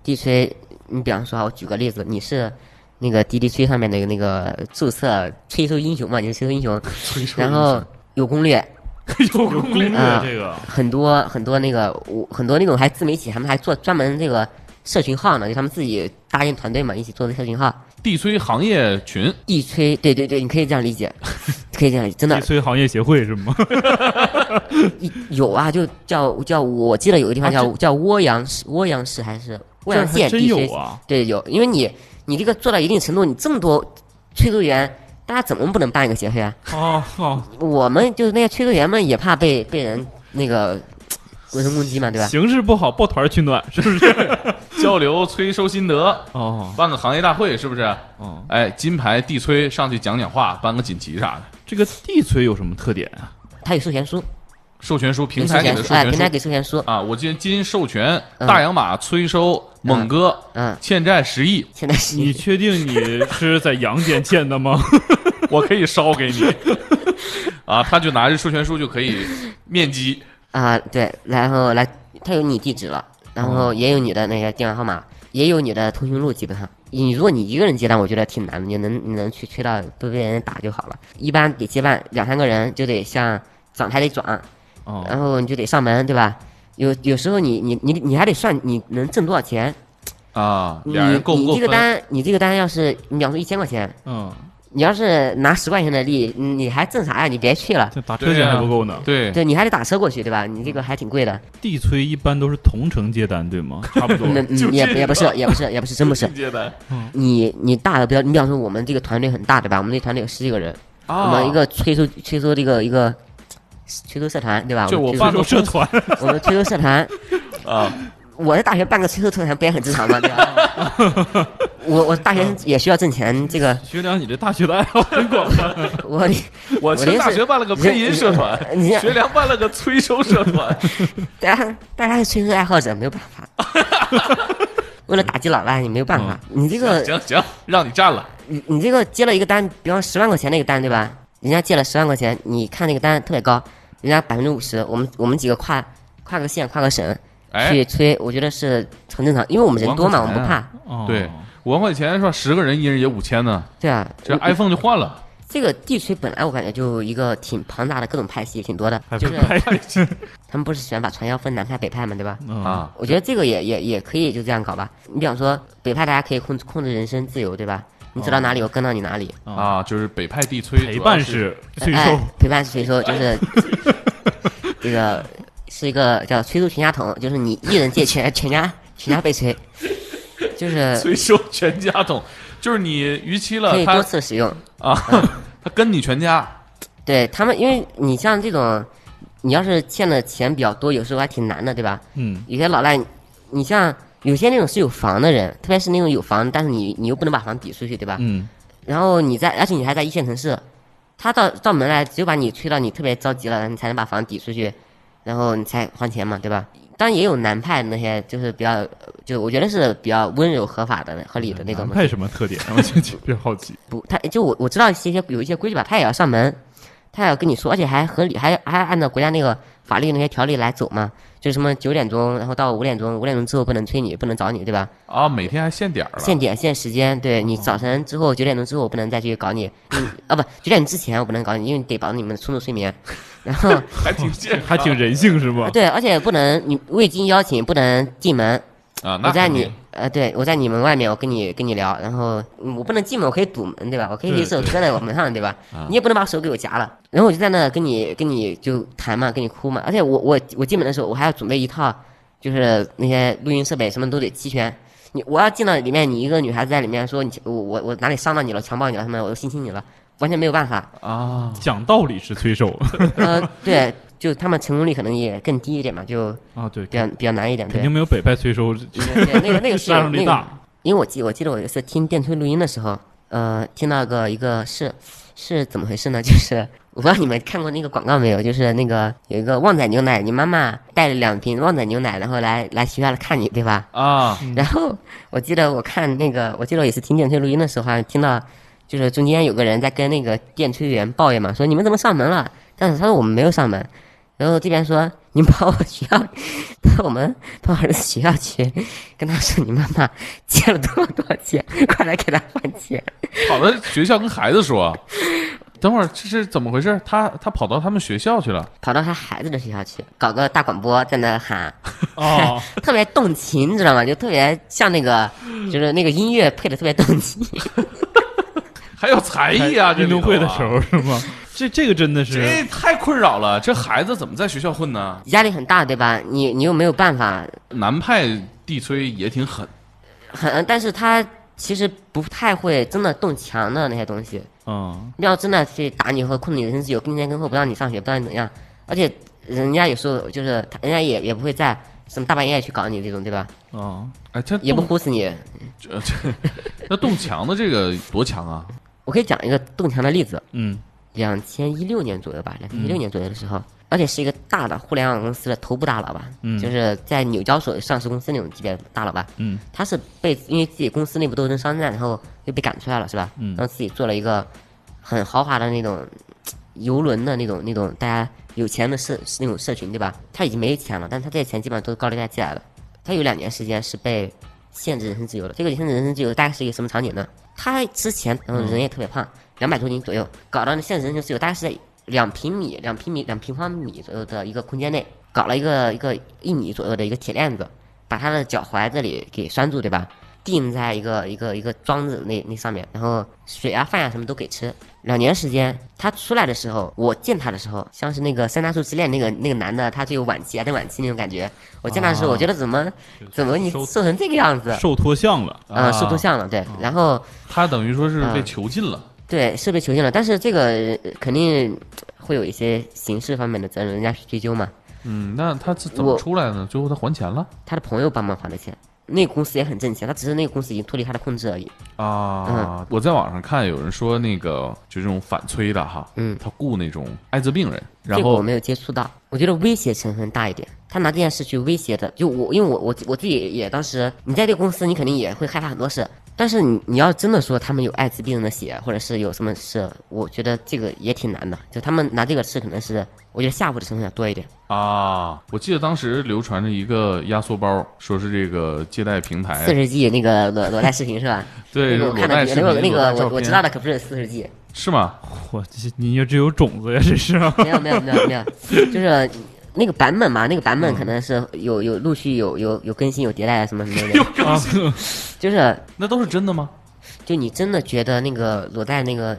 [SPEAKER 4] 地催，你比方说啊，我举个例子，你是那个滴滴催上面的那个注册催收英雄嘛，你是催收英雄，然后有攻略，
[SPEAKER 5] 有攻略
[SPEAKER 4] 啊
[SPEAKER 5] 这个，
[SPEAKER 4] 很多很多那个我很多那种还自媒体，他们还做专门这个社群号呢，就他们自己搭建团队嘛，一起做的社群号。
[SPEAKER 1] 地催行业群，
[SPEAKER 4] 地催，对对对，你可以这样理解，可以这样理解，真的
[SPEAKER 5] 地催行业协会是吗？
[SPEAKER 4] 一有啊，就叫叫我记得有个地方叫、叫涡阳市，涡阳市还是涡阳
[SPEAKER 5] 这还
[SPEAKER 4] 县
[SPEAKER 5] 真
[SPEAKER 4] 地
[SPEAKER 5] 有
[SPEAKER 4] 区？
[SPEAKER 5] 啊。
[SPEAKER 4] 对，有，因为你你这个做到一定程度，你这么多催收员，大家怎么不能办一个协会啊？
[SPEAKER 5] 哦哦，
[SPEAKER 4] 我们就是那些催收员们也怕被被人那个人身攻击嘛，对吧？
[SPEAKER 5] 形势不好，抱团取暖是不 是？
[SPEAKER 1] 交流催收心得，
[SPEAKER 4] 嗯
[SPEAKER 5] 哦
[SPEAKER 1] 办个行业大会是不是？
[SPEAKER 5] 哦，
[SPEAKER 1] 哎，金牌地催上去讲讲话，颁个锦旗啥的，
[SPEAKER 5] 这个地催有什么特点啊？
[SPEAKER 4] 他有授权书，
[SPEAKER 1] 授权书，平
[SPEAKER 4] 有
[SPEAKER 1] 台
[SPEAKER 4] 授
[SPEAKER 1] 给
[SPEAKER 4] 权
[SPEAKER 1] 的
[SPEAKER 4] 书，
[SPEAKER 1] 授
[SPEAKER 4] 哎，
[SPEAKER 1] 权
[SPEAKER 4] 平
[SPEAKER 1] 书
[SPEAKER 4] 台给授权书，
[SPEAKER 1] 啊，我今今授权
[SPEAKER 4] 嗯
[SPEAKER 1] 大洋马催收猛哥
[SPEAKER 4] 嗯，
[SPEAKER 1] 欠债十亿，
[SPEAKER 4] 现在是
[SPEAKER 5] 你确定你是在阳间欠的吗？
[SPEAKER 1] 我可以烧给你。啊，他就拿着授权书就可以面基，
[SPEAKER 4] 啊、对，然后来，他有你地址了，然
[SPEAKER 1] 嗯
[SPEAKER 4] 后也有你的那个电话号码，也有你的通讯录，基本上。你如果你一个人接单，我觉得挺难的，你能你能去催到不被人打就好了。一般得接办两三个人，就得向转台得转，
[SPEAKER 5] 哦
[SPEAKER 4] 然后你就得上门，对吧？有有时候你你你你还得算你能挣多少钱，
[SPEAKER 1] 啊，
[SPEAKER 4] 你
[SPEAKER 1] 俩人够不够
[SPEAKER 4] 你这个
[SPEAKER 1] 分？
[SPEAKER 4] 单，你这个单要是你比方说一千块钱，
[SPEAKER 5] 嗯，
[SPEAKER 4] 你要是拿十块钱的利，你你还挣啥呀？你别去了，
[SPEAKER 5] 这打车钱还不够呢。
[SPEAKER 1] 对，
[SPEAKER 4] 对，你还得打车过去，对吧？你这个还挺贵的。
[SPEAKER 5] 地催一般都是同城接单，对吗？啊差不多。
[SPEAKER 4] 那嗯也也不是也不是也不是真 不是，
[SPEAKER 1] 接单
[SPEAKER 4] 你你大的不要，你比方说我们这个团队很大对吧？我们这团队有十几个人，我
[SPEAKER 1] 啊，
[SPEAKER 4] 们一个催收催收这个一个催收社团对吧？
[SPEAKER 1] 就我
[SPEAKER 4] 们
[SPEAKER 1] 办
[SPEAKER 4] 催
[SPEAKER 1] 个
[SPEAKER 5] 都社团，
[SPEAKER 4] 收我们催收社团，
[SPEAKER 1] 啊，
[SPEAKER 4] 我在大学办个催收社团不也很正常吗？对吧？ 我我大
[SPEAKER 1] 嗯
[SPEAKER 4] 学也需要挣钱，这个
[SPEAKER 5] 学长，你这大学的爱好很广泛。
[SPEAKER 4] 我
[SPEAKER 1] 我
[SPEAKER 4] 我
[SPEAKER 1] 去
[SPEAKER 4] 临
[SPEAKER 1] 大
[SPEAKER 4] 时
[SPEAKER 1] 学办了个配音社团，
[SPEAKER 4] 你
[SPEAKER 1] 学良办了个催收社 团，
[SPEAKER 4] 大家大家是催收爱好者，没有办法。 为了打击老赖，你没有办法。
[SPEAKER 1] 嗯
[SPEAKER 4] 你这个
[SPEAKER 1] 行行，让你占了。
[SPEAKER 4] 你你这个接了一个单，比方十万块钱的一个单，对吧？人家借了十万块钱，你看那个单特别高，人家百分之五十，我们我们几个跨跨个县、跨个省去
[SPEAKER 1] 哎，
[SPEAKER 4] 催，我觉得是很正常，因为我们人多嘛，我
[SPEAKER 1] 王
[SPEAKER 4] 们
[SPEAKER 1] 国
[SPEAKER 4] 不
[SPEAKER 1] 才
[SPEAKER 4] 怕，
[SPEAKER 5] 哦
[SPEAKER 1] 对，五万块钱是吧？十个人一人也五千呢，
[SPEAKER 4] 对啊。
[SPEAKER 1] 这 iPhone 就换了。
[SPEAKER 4] 这个地区本来我感觉就一个挺庞大的各种派系，挺多的
[SPEAKER 5] 还，
[SPEAKER 4] 就
[SPEAKER 5] 不
[SPEAKER 4] 是
[SPEAKER 5] 拍
[SPEAKER 4] 他们不是喜欢把传销分南派北派嘛，对吧？
[SPEAKER 5] 啊，
[SPEAKER 1] 啊，
[SPEAKER 4] 我觉得这个也也也可以就这样搞吧。你比方说北派，大家可以控制控制人身自由，对吧？你走到哪里，我跟到你哪里。
[SPEAKER 5] 哦
[SPEAKER 1] 啊，就是北派地催
[SPEAKER 5] 陪伴
[SPEAKER 1] 主要是
[SPEAKER 5] 式催
[SPEAKER 4] 哎
[SPEAKER 5] 收，，
[SPEAKER 4] 陪伴式催收就是这个是一个叫催收全家桶，就是你一人借钱，全家全家被催，就是
[SPEAKER 1] 催收全家桶， 就是你逾期
[SPEAKER 4] 可
[SPEAKER 1] 了，
[SPEAKER 4] 以多嗯
[SPEAKER 1] 他
[SPEAKER 4] 次使用。
[SPEAKER 1] 啊， 他跟你全家
[SPEAKER 4] 对他们，因为你像这种，你要是欠的钱比较多，有时候还挺难的，对吧？
[SPEAKER 5] 嗯，
[SPEAKER 4] 有些老赖，你像有些那种是有房的人，特别是那种有房，但是你你又不能把房抵出去，对吧？
[SPEAKER 5] 嗯，
[SPEAKER 4] 然后你在，而且你还在一线城市，他到到门来，只有把你催到你特别着急了，你才能把房抵出去，然后你才还钱嘛，对吧？当然也有南派那些就是比较，就我觉得是比较温柔合法的、合理的那种
[SPEAKER 5] 嗯南
[SPEAKER 4] 嘛。
[SPEAKER 5] 派什么特点？ 我就特别好 奇。
[SPEAKER 4] 不，他就我我知道一些有一些规矩吧，他也要上门，他也要跟你说，而且还合理，还还按照国家那个法律那些条例来走嘛。就是什么九点钟，然后到五点钟，五点钟之后不能催你，不能找你，对吧？
[SPEAKER 1] 啊，每天还限点儿了，
[SPEAKER 4] 限点限时间，对你早晨之后九点钟之后我不能再去搞你，你啊不九点之前我不能搞你，因为得保证你们充足睡眠。然后
[SPEAKER 1] 还挺 限
[SPEAKER 5] 还挺人性是吧？
[SPEAKER 4] 对，而且不能你未经邀请不能进门，
[SPEAKER 1] 啊。那
[SPEAKER 4] 我在
[SPEAKER 1] 肯定
[SPEAKER 4] 你呃，对我在你们外面，我跟你跟你聊，然后嗯我不能进门，我可以堵门，对吧？我可以
[SPEAKER 5] 对啊
[SPEAKER 4] 一手搁在我门上，对吧？你也不能把手给我夹了。然后我就在那跟你跟你就谈嘛，跟你哭嘛。而且我我我进门的时候，我还要准备一套，就是那些录音设备什么都得齐全。你我要进到里面，你一个女孩子在里面说你我我我哪里伤到你了，强暴你了什么，我性侵你了，完全没有办法。
[SPEAKER 1] 啊，
[SPEAKER 5] 讲道理是催收
[SPEAKER 4] 呃，对，就他们成功率可能也更低一点嘛，就
[SPEAKER 5] 啊，对，
[SPEAKER 4] 比较比较难一点。
[SPEAKER 5] 肯
[SPEAKER 4] 对
[SPEAKER 5] 定，没有北派催收
[SPEAKER 4] 对对那个那个是
[SPEAKER 5] 杀伤
[SPEAKER 4] 那
[SPEAKER 5] 力
[SPEAKER 4] 个
[SPEAKER 5] 大。
[SPEAKER 4] 因为我记我记得我有一次听电推录音的时候，呃，听到个一个是是怎么回事呢？ 就是我不知道你们看过那个广告没有，就是那个有一个旺仔牛奶，你妈妈带了两瓶旺仔牛奶，然后来来学校来看你，对吧？
[SPEAKER 1] 啊，
[SPEAKER 4] 然后我记得我看那个，我记得我也是听电推录音的时候，好像听到就是中间有个人在跟那个电推员抱怨嘛，说你们怎么上门了？但是他说我们没有上门，然后这边说 你们跑我学校，他 说我们跑我儿子学校去，跟他说你妈妈借了多少多少钱， 快来给他还钱。
[SPEAKER 1] 跑到学校跟孩子说，等会儿这是怎么回事？他他跑到他们学校去 了，
[SPEAKER 4] 跑到他孩子的学校去，搞个大广播在那喊，
[SPEAKER 5] 啊，
[SPEAKER 4] 特别动情，你知道吗？就特别像那个，就是那个音乐配的特别动情。
[SPEAKER 1] 还有才艺啊，这
[SPEAKER 5] 运
[SPEAKER 1] 里头啊
[SPEAKER 5] 动会的时，候是吗？ 这这个真的是
[SPEAKER 1] 这太困扰了。这孩子怎么在学校混呢？
[SPEAKER 4] 压力很大，对吧？你你又没有办法，
[SPEAKER 1] 南派地催也挺狠，
[SPEAKER 4] 很，但是他其实不太会真的动墙的那些东西。
[SPEAKER 5] 嗯，
[SPEAKER 4] 要真的去打你或控制你的身自由，跟前跟后，不让你上学，不让你怎样。而且人家有时候就是，他人家也也不会在什么大半夜去搞你这种，对吧？
[SPEAKER 5] 啊，
[SPEAKER 1] 哎，这动
[SPEAKER 4] 也不呼死你。
[SPEAKER 1] 呃这 这那动墙的这个多强啊！
[SPEAKER 4] 我可以讲一个动墙的例子，
[SPEAKER 5] 嗯，
[SPEAKER 4] 两千一六年左右吧，两千一六年左右的时候，而且是一个大的互联网公司的头部大佬吧，
[SPEAKER 5] 嗯
[SPEAKER 4] 就是在纽交所上市公司那种级别的大佬吧，
[SPEAKER 5] 嗯，
[SPEAKER 4] 他是被因为自己公司内部斗争商战，然后又被赶出来了，是吧？
[SPEAKER 5] 嗯
[SPEAKER 4] 然后自己做了一个很豪华的那种嗯游轮的那种那种大家有钱的社那种社群，对吧？他已经没钱了，但他这些钱基本上都是高利贷借来的。他有两年时间是被限制人身自由的。这个限制人身自由大概是一个什么场景呢？他之前然后人也特别胖，两百多斤左右，搞到那限制人身自由大概是在两平米、两平米、两平方米左右的一个空间内，搞了一个一个一米左右的一个铁链子，把他的脚踝这里给拴住，对吧？钉在一个一个一个桩子那那上面，然后水啊饭啊什么都给吃。两年时间，他出来的时候，我见他的时候，像是那个《三大树之恋》那个那个男的，他就有啊晚期癌症晚期那种感觉。我见他的时候，我觉得怎么怎么你
[SPEAKER 5] 收
[SPEAKER 4] 瘦成这个样子？
[SPEAKER 5] 受脱相了，
[SPEAKER 4] 呃，瘦头像了，对，然后
[SPEAKER 1] 他等于说是被
[SPEAKER 4] 嗯
[SPEAKER 1] 囚禁了。
[SPEAKER 4] 对是被囚禁了，但是这个呃肯定呃会有一些刑事方面的责任，人家去追究嘛。
[SPEAKER 1] 嗯，那他怎怎么
[SPEAKER 4] 我
[SPEAKER 1] 出来呢？最后他还钱了
[SPEAKER 4] 他的朋友帮忙还的钱，那个公司也很挣钱，他只是那个公司已经脱离他的控制而已。嗯
[SPEAKER 1] 啊！我在网上看有人说那个就这种反催的哈，
[SPEAKER 4] 嗯
[SPEAKER 1] 他雇那种艾滋病人，然
[SPEAKER 4] 这个
[SPEAKER 1] 后
[SPEAKER 4] 我没有接触到，我觉得威胁成分大一点。他拿这件事去威胁的，就我，因为我我我自己也当时，你在这个公司，你肯定也会害怕很多事。但是你你要真的说他们有艾滋病人的血，或者是有什么事，我觉得这个也挺难的。就他们拿这个事，可能是我觉得吓唬的成分要多一点。
[SPEAKER 1] 啊，我记得当时流传着一个压缩包，说是这个借贷平
[SPEAKER 4] 四
[SPEAKER 1] 台，
[SPEAKER 4] 十 G 那个裸裸贷视频是
[SPEAKER 1] 哎
[SPEAKER 4] 吧？
[SPEAKER 1] 对，
[SPEAKER 4] 那
[SPEAKER 1] 是
[SPEAKER 4] 个我
[SPEAKER 1] 裸
[SPEAKER 4] 看
[SPEAKER 1] 贷
[SPEAKER 4] 到
[SPEAKER 1] 视
[SPEAKER 4] 那
[SPEAKER 1] 频，
[SPEAKER 4] 个
[SPEAKER 1] 裸
[SPEAKER 4] 那个
[SPEAKER 1] 贷照
[SPEAKER 4] 我
[SPEAKER 1] 片
[SPEAKER 4] 我知道的可不是四十 G，
[SPEAKER 1] 是吗？
[SPEAKER 5] 嚯，这你也只有种子呀，这是啊，
[SPEAKER 4] 没有没有没有没有，就是那个版本嘛，那个版
[SPEAKER 1] 嗯
[SPEAKER 4] 本可能是有有陆续有有有更新有迭代啊什么什 么的，啊就是
[SPEAKER 1] 那都是真的吗？
[SPEAKER 4] 就你真的觉得那个裸贷那个，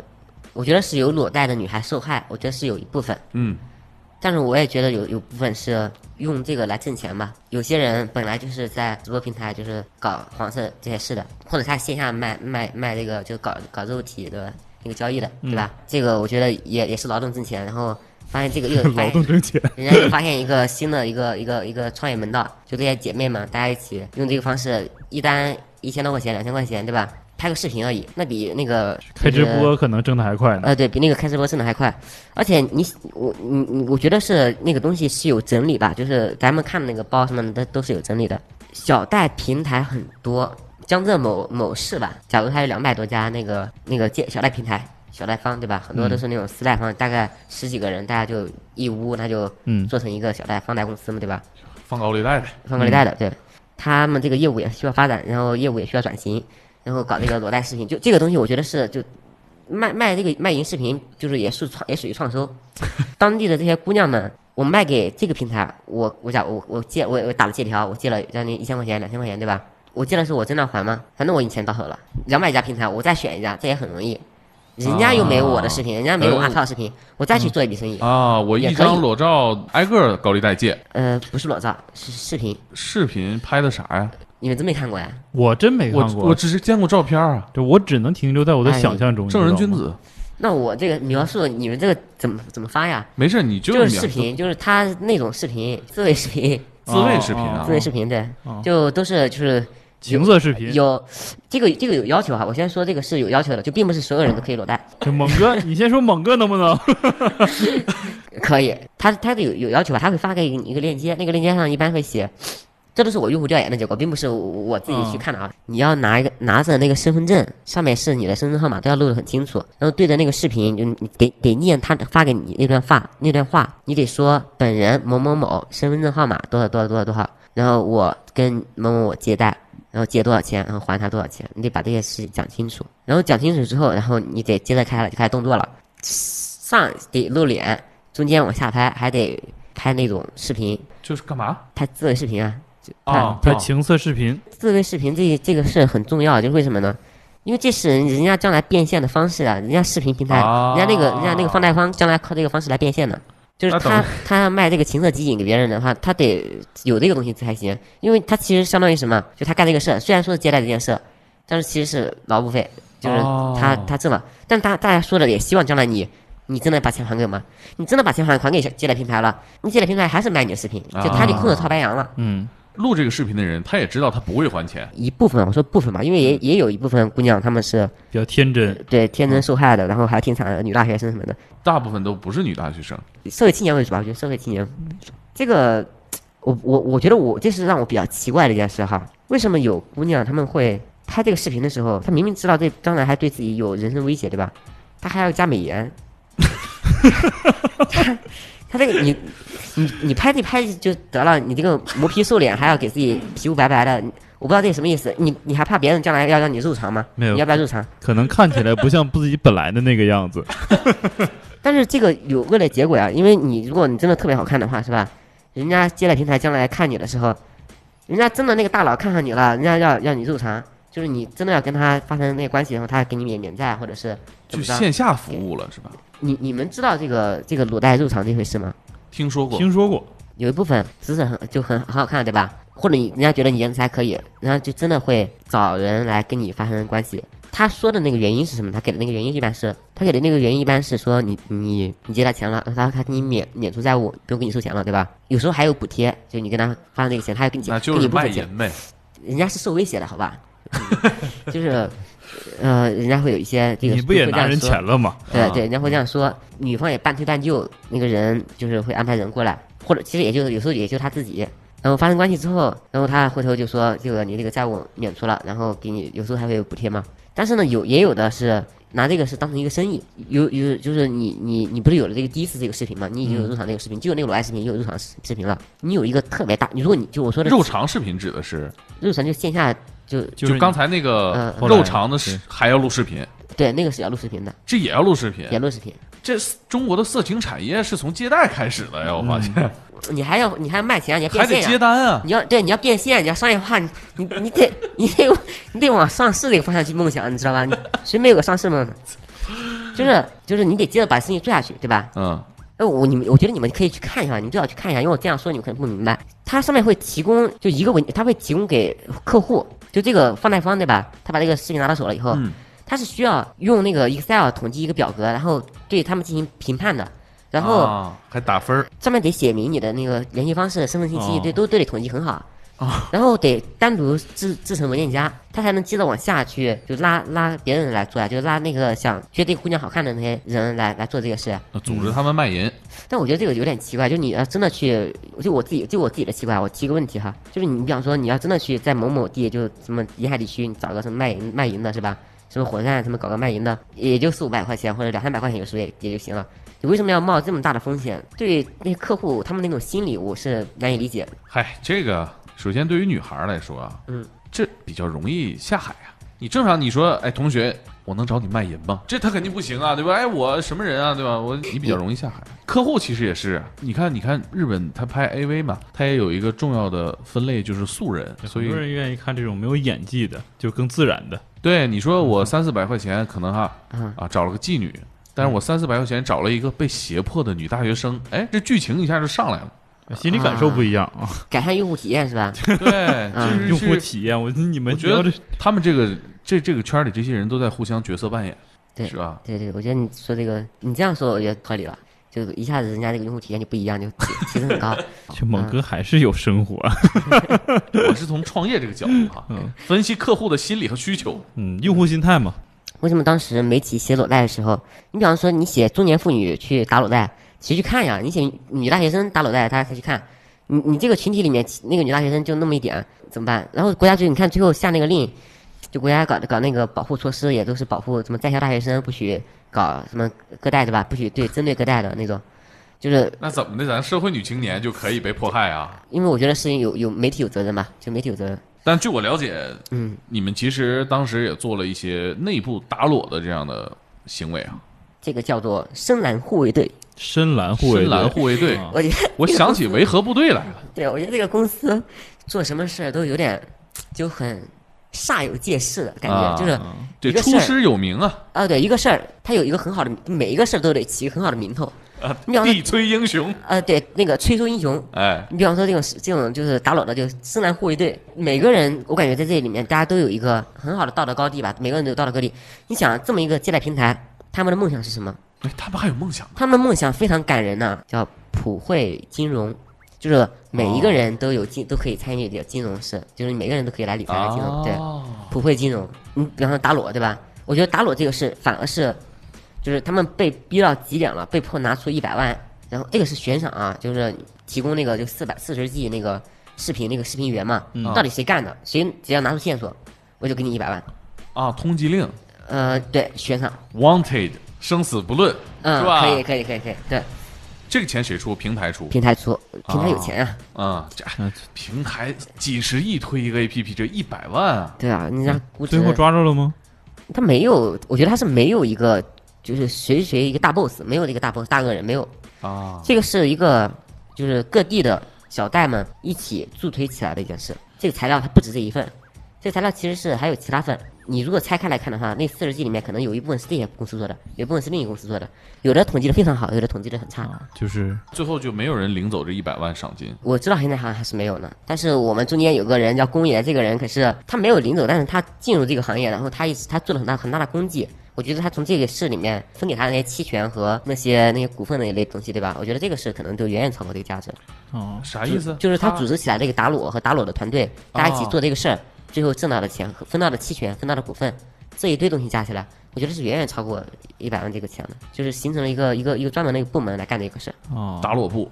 [SPEAKER 4] 我觉得是有裸贷的女孩受害，我觉得是有一部分，
[SPEAKER 1] 嗯，
[SPEAKER 4] 但是我也觉得有有部分是用这个来挣钱吧。有些人本来就是在直播平台就是搞黄色这些事的，或者他线下卖卖卖这个就搞搞肉体的那个交易的，对吧？
[SPEAKER 5] 嗯
[SPEAKER 4] 这个我觉得也也是劳动挣钱，然后发现这个 又发
[SPEAKER 5] 劳
[SPEAKER 4] 现
[SPEAKER 5] 动挣钱，
[SPEAKER 4] 人家又发现一个新的一个一个一个创业门道，就这些姐妹们，大家一起用这个方式，一单一千多块钱、两千块钱，对吧？拍个视频而已，那比那个
[SPEAKER 5] 开直
[SPEAKER 4] 那个
[SPEAKER 5] 播可能挣的还快呢。
[SPEAKER 4] 呃，对比那个开直播挣的还快，而且你我你你，我觉得是那个东西是有整理吧，就是咱们看的那个包什么的都是有整理的。小贷平台很多，江浙某某市吧，假如它有两百多家那个那个借小贷平台、小贷方，对吧？很多都是那种私贷方，大概十几个人，大家就一屋，那就
[SPEAKER 5] 嗯
[SPEAKER 4] 做成一个小贷放贷公司嘛，对吧？
[SPEAKER 1] 放高利贷呗，
[SPEAKER 4] 放高利贷的，对，他们这个业务也需要发展，然后业务也需要转型，然后搞这个裸贷视频，就这个东西，我觉得是就嗯卖卖这个卖淫视频，就是也是创也属于创收。当地的这些姑娘们，我卖给这个平台，我我假我我借我我打了借条，我借了将近一千块钱两千块钱，对吧？我借的是我真的还吗？反正我已经钱到手了，两百家平台我再选一家，这也很容易。人家又没有我的视频，人家没有我
[SPEAKER 1] 哎
[SPEAKER 4] 阿超的视频，我再去做一笔生意。
[SPEAKER 1] 啊，我
[SPEAKER 4] 哎也
[SPEAKER 1] 一
[SPEAKER 4] 可以
[SPEAKER 1] 张裸照挨个儿高利贷借，
[SPEAKER 4] 呃，不是裸照，是视频，
[SPEAKER 1] 视频拍的啥呀？
[SPEAKER 4] 你们真没看过呀？
[SPEAKER 5] 我真没
[SPEAKER 1] 我
[SPEAKER 5] 看过，
[SPEAKER 1] 我只是见过照片儿啊，
[SPEAKER 5] 就我只能停留在我的
[SPEAKER 4] 哎
[SPEAKER 5] 想象中。
[SPEAKER 1] 正人
[SPEAKER 5] 你知道
[SPEAKER 1] 君
[SPEAKER 5] 吗，
[SPEAKER 1] 子。
[SPEAKER 4] 那我这个描述，你们这个怎么怎么发呀？
[SPEAKER 1] 没事，你就
[SPEAKER 4] 就是
[SPEAKER 1] 秒
[SPEAKER 4] 视频，就是他那种视频，自慰视频，
[SPEAKER 1] 自慰视频
[SPEAKER 5] 哦
[SPEAKER 1] 啊哎
[SPEAKER 4] 自，慰视频，对
[SPEAKER 5] 哦，
[SPEAKER 4] 就都是就是
[SPEAKER 5] 情色视频。
[SPEAKER 4] 有这个这个有要求啊哈。我先说这个是有要求的，就并不是所有人都可以裸贷，
[SPEAKER 5] 就猛 哥，你先说猛哥能不能？
[SPEAKER 4] 可以。他他的有有要求吧，他会发给你一个链接，那个链接上一般会写，这都是我用户调研的结果，并不是我我自己去看的啊。你要拿一个拿着那个身份证，上面是你的身份号码，都要录得很清楚，然后对着那个视频，就你得得念他发给你那段话那段话，你得说本人某某某身份证号码多少多少多少多少，然后我跟某某某借贷。然后借多少钱，然后还他多少钱，你得把这些事讲清楚。然后讲清楚之后，然后你得接着开了，就开始动作了。上得露脸，中间往下拍，还得拍那种视频，
[SPEAKER 1] 就是干嘛
[SPEAKER 4] 拍自慰视频啊。就
[SPEAKER 1] 啊？
[SPEAKER 5] 拍情色视频，
[SPEAKER 4] 自慰视频这这个是很重要，就是为什么呢？因为这是人人家将来变现的方式啊，人家视频平台，
[SPEAKER 1] 啊
[SPEAKER 4] 人家那个人家那个放贷方将来靠这个方式来变现的。就是
[SPEAKER 1] 那等
[SPEAKER 4] 他他要卖这个情色极品给别人的话，他得有这个东西才行，因为他其实相当于什么？就他干这个事儿，虽然说是接待这件事儿，但是其实是劳务费，就是
[SPEAKER 1] 哦
[SPEAKER 4] 他、他挣了。但大大家说的也希望将来你你真的把钱还给我们，你真的把钱还还给接待平台了，你接待平台还是卖你的视频，就
[SPEAKER 1] 啊
[SPEAKER 4] 他得控制套白羊了。
[SPEAKER 5] 嗯，
[SPEAKER 1] 录这个视频的人，他也知道他不会还钱，
[SPEAKER 4] 一部分，我说部分吧，因为也也有一部分姑娘她们是
[SPEAKER 5] 比较天真。
[SPEAKER 4] 对天真受害的，然后还挺惨的女大学生什么的，
[SPEAKER 1] 大部分都不是女大学生。
[SPEAKER 4] 社会青年为主吧，我觉得社会青年这个，我我我觉得我这是让我比较奇怪的一件事哈，为什么有姑娘她们会拍这个视频的时候，她明明知道这将来还对自己有人身威胁，对吧？她还要加美颜， 她她这个你你你拍这拍就得了，你这个磨皮瘦脸还要给自己皮肤白白的，我不知道这什么意思，你你还怕别人将来要让你入场吗？
[SPEAKER 5] 没有
[SPEAKER 4] 你要不要入场？
[SPEAKER 5] 可能看起来不像自己本来的那个样子。
[SPEAKER 4] 但是这个有恶劣结果呀、因为你如果你真的特别好看的话，是吧？人家接待平台将来看你的时候，人家真的那个大佬看上你了，人家要要你入场，就是你真的要跟他发生那个关系，然后他给你免免债或者是
[SPEAKER 1] 就
[SPEAKER 4] 怎么着？
[SPEAKER 1] 线下服务了是吧？
[SPEAKER 4] 你你们知道这个这个裸贷入场这回事吗？
[SPEAKER 1] 听说过，
[SPEAKER 5] 听说过，
[SPEAKER 4] 有一部分姿势很就很很好看，对吧？或者你人家觉得你颜值还可以，然后就真的会找人来跟你发生关系。他说的那个原因是什么？他给的那个原因一般是，他给的那个原因一般是说你你你借他钱了，他他给你免免除债务，不用给你收钱了，对吧？有时候还有补贴，就你跟他发生这个钱，他还给你
[SPEAKER 1] 那
[SPEAKER 4] 钱，
[SPEAKER 1] 就
[SPEAKER 4] 给你
[SPEAKER 1] 是
[SPEAKER 4] 部
[SPEAKER 1] 卖
[SPEAKER 4] 分钱，
[SPEAKER 1] 淫呗。
[SPEAKER 4] 人家是受威胁的，好 吧？嗯就是，呃，人家会有一些这个
[SPEAKER 5] 你不也
[SPEAKER 4] 会这
[SPEAKER 5] 拿
[SPEAKER 4] 样
[SPEAKER 5] 人
[SPEAKER 4] 说
[SPEAKER 5] 钱了吗？
[SPEAKER 4] 对
[SPEAKER 1] 啊
[SPEAKER 4] 对，人家会这样说，女方也半推半就，那个人就是会安排人过来，或者其实也就是有时候也就他自己。然后发生关系之后，然后他回头就说这个你这个债务免除了，然后给你有时候还会有补贴嘛。但是呢，有也有的是拿这个是当成一个生意，有有就是你你你不是有了这个第一次这个视频嘛，你已经有
[SPEAKER 1] 嗯
[SPEAKER 4] 入场这个视频，就有那个裸爱视频，也有入场视视频了。你有一个特别大，你如果你就我说的
[SPEAKER 1] 肉肠视频指的是，
[SPEAKER 4] 入场就线下就
[SPEAKER 5] 就是
[SPEAKER 1] 就刚才那个
[SPEAKER 4] 嗯
[SPEAKER 5] 嗯
[SPEAKER 1] 肉肠的视
[SPEAKER 5] 对
[SPEAKER 1] 还要录视频，
[SPEAKER 4] 对那个是要录视频的，
[SPEAKER 1] 这也要录视频
[SPEAKER 4] 也。录视频。
[SPEAKER 1] 这中国的色情产业是从接待开始的呀，我发现
[SPEAKER 4] 你还要你还要卖钱，你还
[SPEAKER 1] 还得
[SPEAKER 4] 变现呀
[SPEAKER 1] 接单啊。
[SPEAKER 4] 你要对你要变现，你要商业化，你你你得你得你得往上市这个方向去梦想，你知道吧？你谁没有个上市梦呢？就是就是你得接着把生意做下去，对吧？
[SPEAKER 1] 嗯，
[SPEAKER 4] 呃，我你们我觉得你们可以去看一下，你们最好去看一下，因为我这样说你们可能不明白。它上面会提供就一个文，它会提供给客户，就这个放贷方对吧？他把这个视频拿到手了以后，
[SPEAKER 1] 嗯
[SPEAKER 4] 他是需要用那个 Excel 统计一个表格，然后对他们进行评判的，然后。
[SPEAKER 1] 啊还打分儿
[SPEAKER 4] 上面得写明你的那个联系方式、身份信息，
[SPEAKER 5] 哦
[SPEAKER 4] 对，都都得统计很好。然后得单独制制成文件夹，它才能接着往下去，就拉拉别人来做啊，就拉那个想觉得这姑娘好看的那些人来来做这个事。
[SPEAKER 1] 呃组织他们卖淫，
[SPEAKER 4] 但我觉得这个有点奇怪，就你要真的去，就我自己，就我自己的奇怪，我提个问题哈，就是你比方说你要真的去在某某地，就什么沿海地区，你找个什么卖淫卖淫的是吧？什么火车站他们搞个卖淫的，也就四五百块钱或者两三百块钱有时候也也就行了。你为什么要冒这么大的风险？对那些客户他们那种心理，我是难以理解的。
[SPEAKER 1] 嗨，这个首先对于女孩儿来说啊，
[SPEAKER 4] 嗯，
[SPEAKER 1] 这比较容易下海啊。你正常你说，哎，同学，我能找你卖淫吗？这他肯定不行啊，对吧？哎，我什么人啊，对吧？我你比较容易下海。客户其实也是，啊你看，你看日本他拍 AV 嘛，他也有一个重要的分类就是素人，所
[SPEAKER 5] 很
[SPEAKER 1] 以
[SPEAKER 5] 多人愿意看这种没有演技的，就更自然的。
[SPEAKER 1] 对你说
[SPEAKER 5] 嗯
[SPEAKER 1] 我三四百块钱可能哈
[SPEAKER 4] 嗯
[SPEAKER 1] 啊找了个妓女，但是我三四百块钱找了一个被胁迫的女大学生，哎，这剧情一下就上来了。
[SPEAKER 5] 心理感受不一样啊，
[SPEAKER 4] 改善用户体验是吧？
[SPEAKER 1] 对，
[SPEAKER 4] 嗯
[SPEAKER 1] 嗯就是
[SPEAKER 5] 用户
[SPEAKER 1] 是
[SPEAKER 5] 体验，我你们
[SPEAKER 1] 我觉得嗯
[SPEAKER 5] 聊这
[SPEAKER 1] 他们这个这这个圈里这些人都在互相角色扮演，
[SPEAKER 4] 对
[SPEAKER 1] 是吧？
[SPEAKER 4] 对对，我觉得你说这个，你这样说我觉得合理了，就一下子人家这个用户体验就不一样，就提提升很高。
[SPEAKER 5] 这猛哥还是有生活，啊
[SPEAKER 1] 我是从创业这个角度 哈，
[SPEAKER 4] 嗯
[SPEAKER 1] 分析客户的心理和需求。
[SPEAKER 5] 嗯，用户心态嘛，
[SPEAKER 4] 为什么当时媒体写裸贷的时候，你比方说你写中年妇女去打裸贷，谁去看呀？你写女大学生打裸贷，大家谁去看？你你这个群体里面那个女大学生就那么一点，啊怎么办？然后国家就你看最后下那个令，就国家搞搞那个保护措施，也都是保护什么在校大学生不许搞什么个贷对吧？不许对针对个贷的那种，就是
[SPEAKER 1] 那怎么的？咱社会女青年就可以被迫害啊？
[SPEAKER 4] 因为我觉得事情有有媒体有责任吧，就媒体有责任。
[SPEAKER 1] 但据我了解，
[SPEAKER 4] 嗯，
[SPEAKER 1] 你们其实当时也做了一些内部打裸的这样的行为啊，
[SPEAKER 4] 这个叫做深蓝护卫队。
[SPEAKER 5] 深蓝护卫
[SPEAKER 1] 深
[SPEAKER 5] 队，
[SPEAKER 1] 蓝护卫 队。
[SPEAKER 5] 啊
[SPEAKER 4] 我觉得
[SPEAKER 1] 我想起维和部队 来了，
[SPEAKER 4] 对，我觉得这嗯个公司做什么事儿都有点就很煞有介事的感觉，
[SPEAKER 1] 啊
[SPEAKER 4] 就是
[SPEAKER 1] 这
[SPEAKER 4] 一个
[SPEAKER 1] 出
[SPEAKER 4] 事儿
[SPEAKER 1] 师有名啊，
[SPEAKER 4] 啊，对一个事儿，它有一个很好的，每一个事儿都得起一个很好的名头。 你比方说
[SPEAKER 1] 啊地推英雄。
[SPEAKER 4] 呃，对那个催收英雄，
[SPEAKER 1] 哎，
[SPEAKER 4] 你比方说这种这种就是打裸的，就是深蓝护卫队，每个人我感觉在这里面大家都有一个很好的道德高地吧，每个人都有道德高地。你想这么一个借贷平台，他们的梦想是什么？
[SPEAKER 1] 哎，他们还有梦想呢。
[SPEAKER 4] 他们的梦想非常感人呐、叫普惠金融，就是每一个人都有金、都可以参与的金融事，就是每个人都可以来理财来金融。
[SPEAKER 1] 哦
[SPEAKER 4] 对，
[SPEAKER 1] 啊
[SPEAKER 4] 普惠金融，你比方说打裸对吧？我觉得打裸这个事反而是，就是他们被逼到极点了，被迫拿出一百万，然后这个是悬赏啊，就是提供那个就四百四十 G 那个视频那个视频源嘛，
[SPEAKER 1] 嗯
[SPEAKER 4] 到底谁干的？谁只要拿出线索，我就给你一百万。
[SPEAKER 1] 啊，通缉令
[SPEAKER 4] 呃，对，悬赏，
[SPEAKER 1] ，wanted，生死不论，
[SPEAKER 4] 嗯
[SPEAKER 1] 是，吧？
[SPEAKER 4] 可以，可以，可以，可以，对，
[SPEAKER 1] 这个钱谁出？平台出。
[SPEAKER 4] 平台出，平台有钱啊。
[SPEAKER 1] 啊、这平台几十亿推一个 APP，这一百万啊！
[SPEAKER 4] 对啊，你让估值
[SPEAKER 5] 嗯最后抓住了吗？
[SPEAKER 4] 他没有，我觉得他是没有一个就是谁谁一个大 boss，没有一个大 boss 大恶人没有
[SPEAKER 5] 哦
[SPEAKER 1] 啊，
[SPEAKER 4] 这个是一个就是各地的小贷们一起助推起来的一件事。这个材料它不止这一份，这个材料其实是还有其他份。你如果拆开来看的话，那四十 G 里面可能有一部分是这些公司做的，有一部分是另一个公司做的，有的统计的非常好，有的统计的很差。
[SPEAKER 5] 啊，就是
[SPEAKER 1] 最后就没有人领走这一百万赏金。
[SPEAKER 4] 我知道现在好像还是没有呢，但是我们中间有个人叫公爷，这个人可是他没有领走，但是他进入这个行业，然后他一直他做了很大很大的功绩。我觉得他从这个事里面分给他的那些期权和那些那些股份那一类东西，对吧？我觉得这个事可能就远远超过这个价值。
[SPEAKER 5] 啊，
[SPEAKER 1] 啥意思？
[SPEAKER 4] 就是他组织起来这个打裸和打裸的团队，大家一起做这个事儿，最后挣到的钱、和分到的期权、分到的股份，这一堆东西加起来，我觉得是远远超过一百万这个钱的，就是形成了一个一个一个专门的一个部门来干这个事儿，
[SPEAKER 5] 啊，
[SPEAKER 1] 打裸布，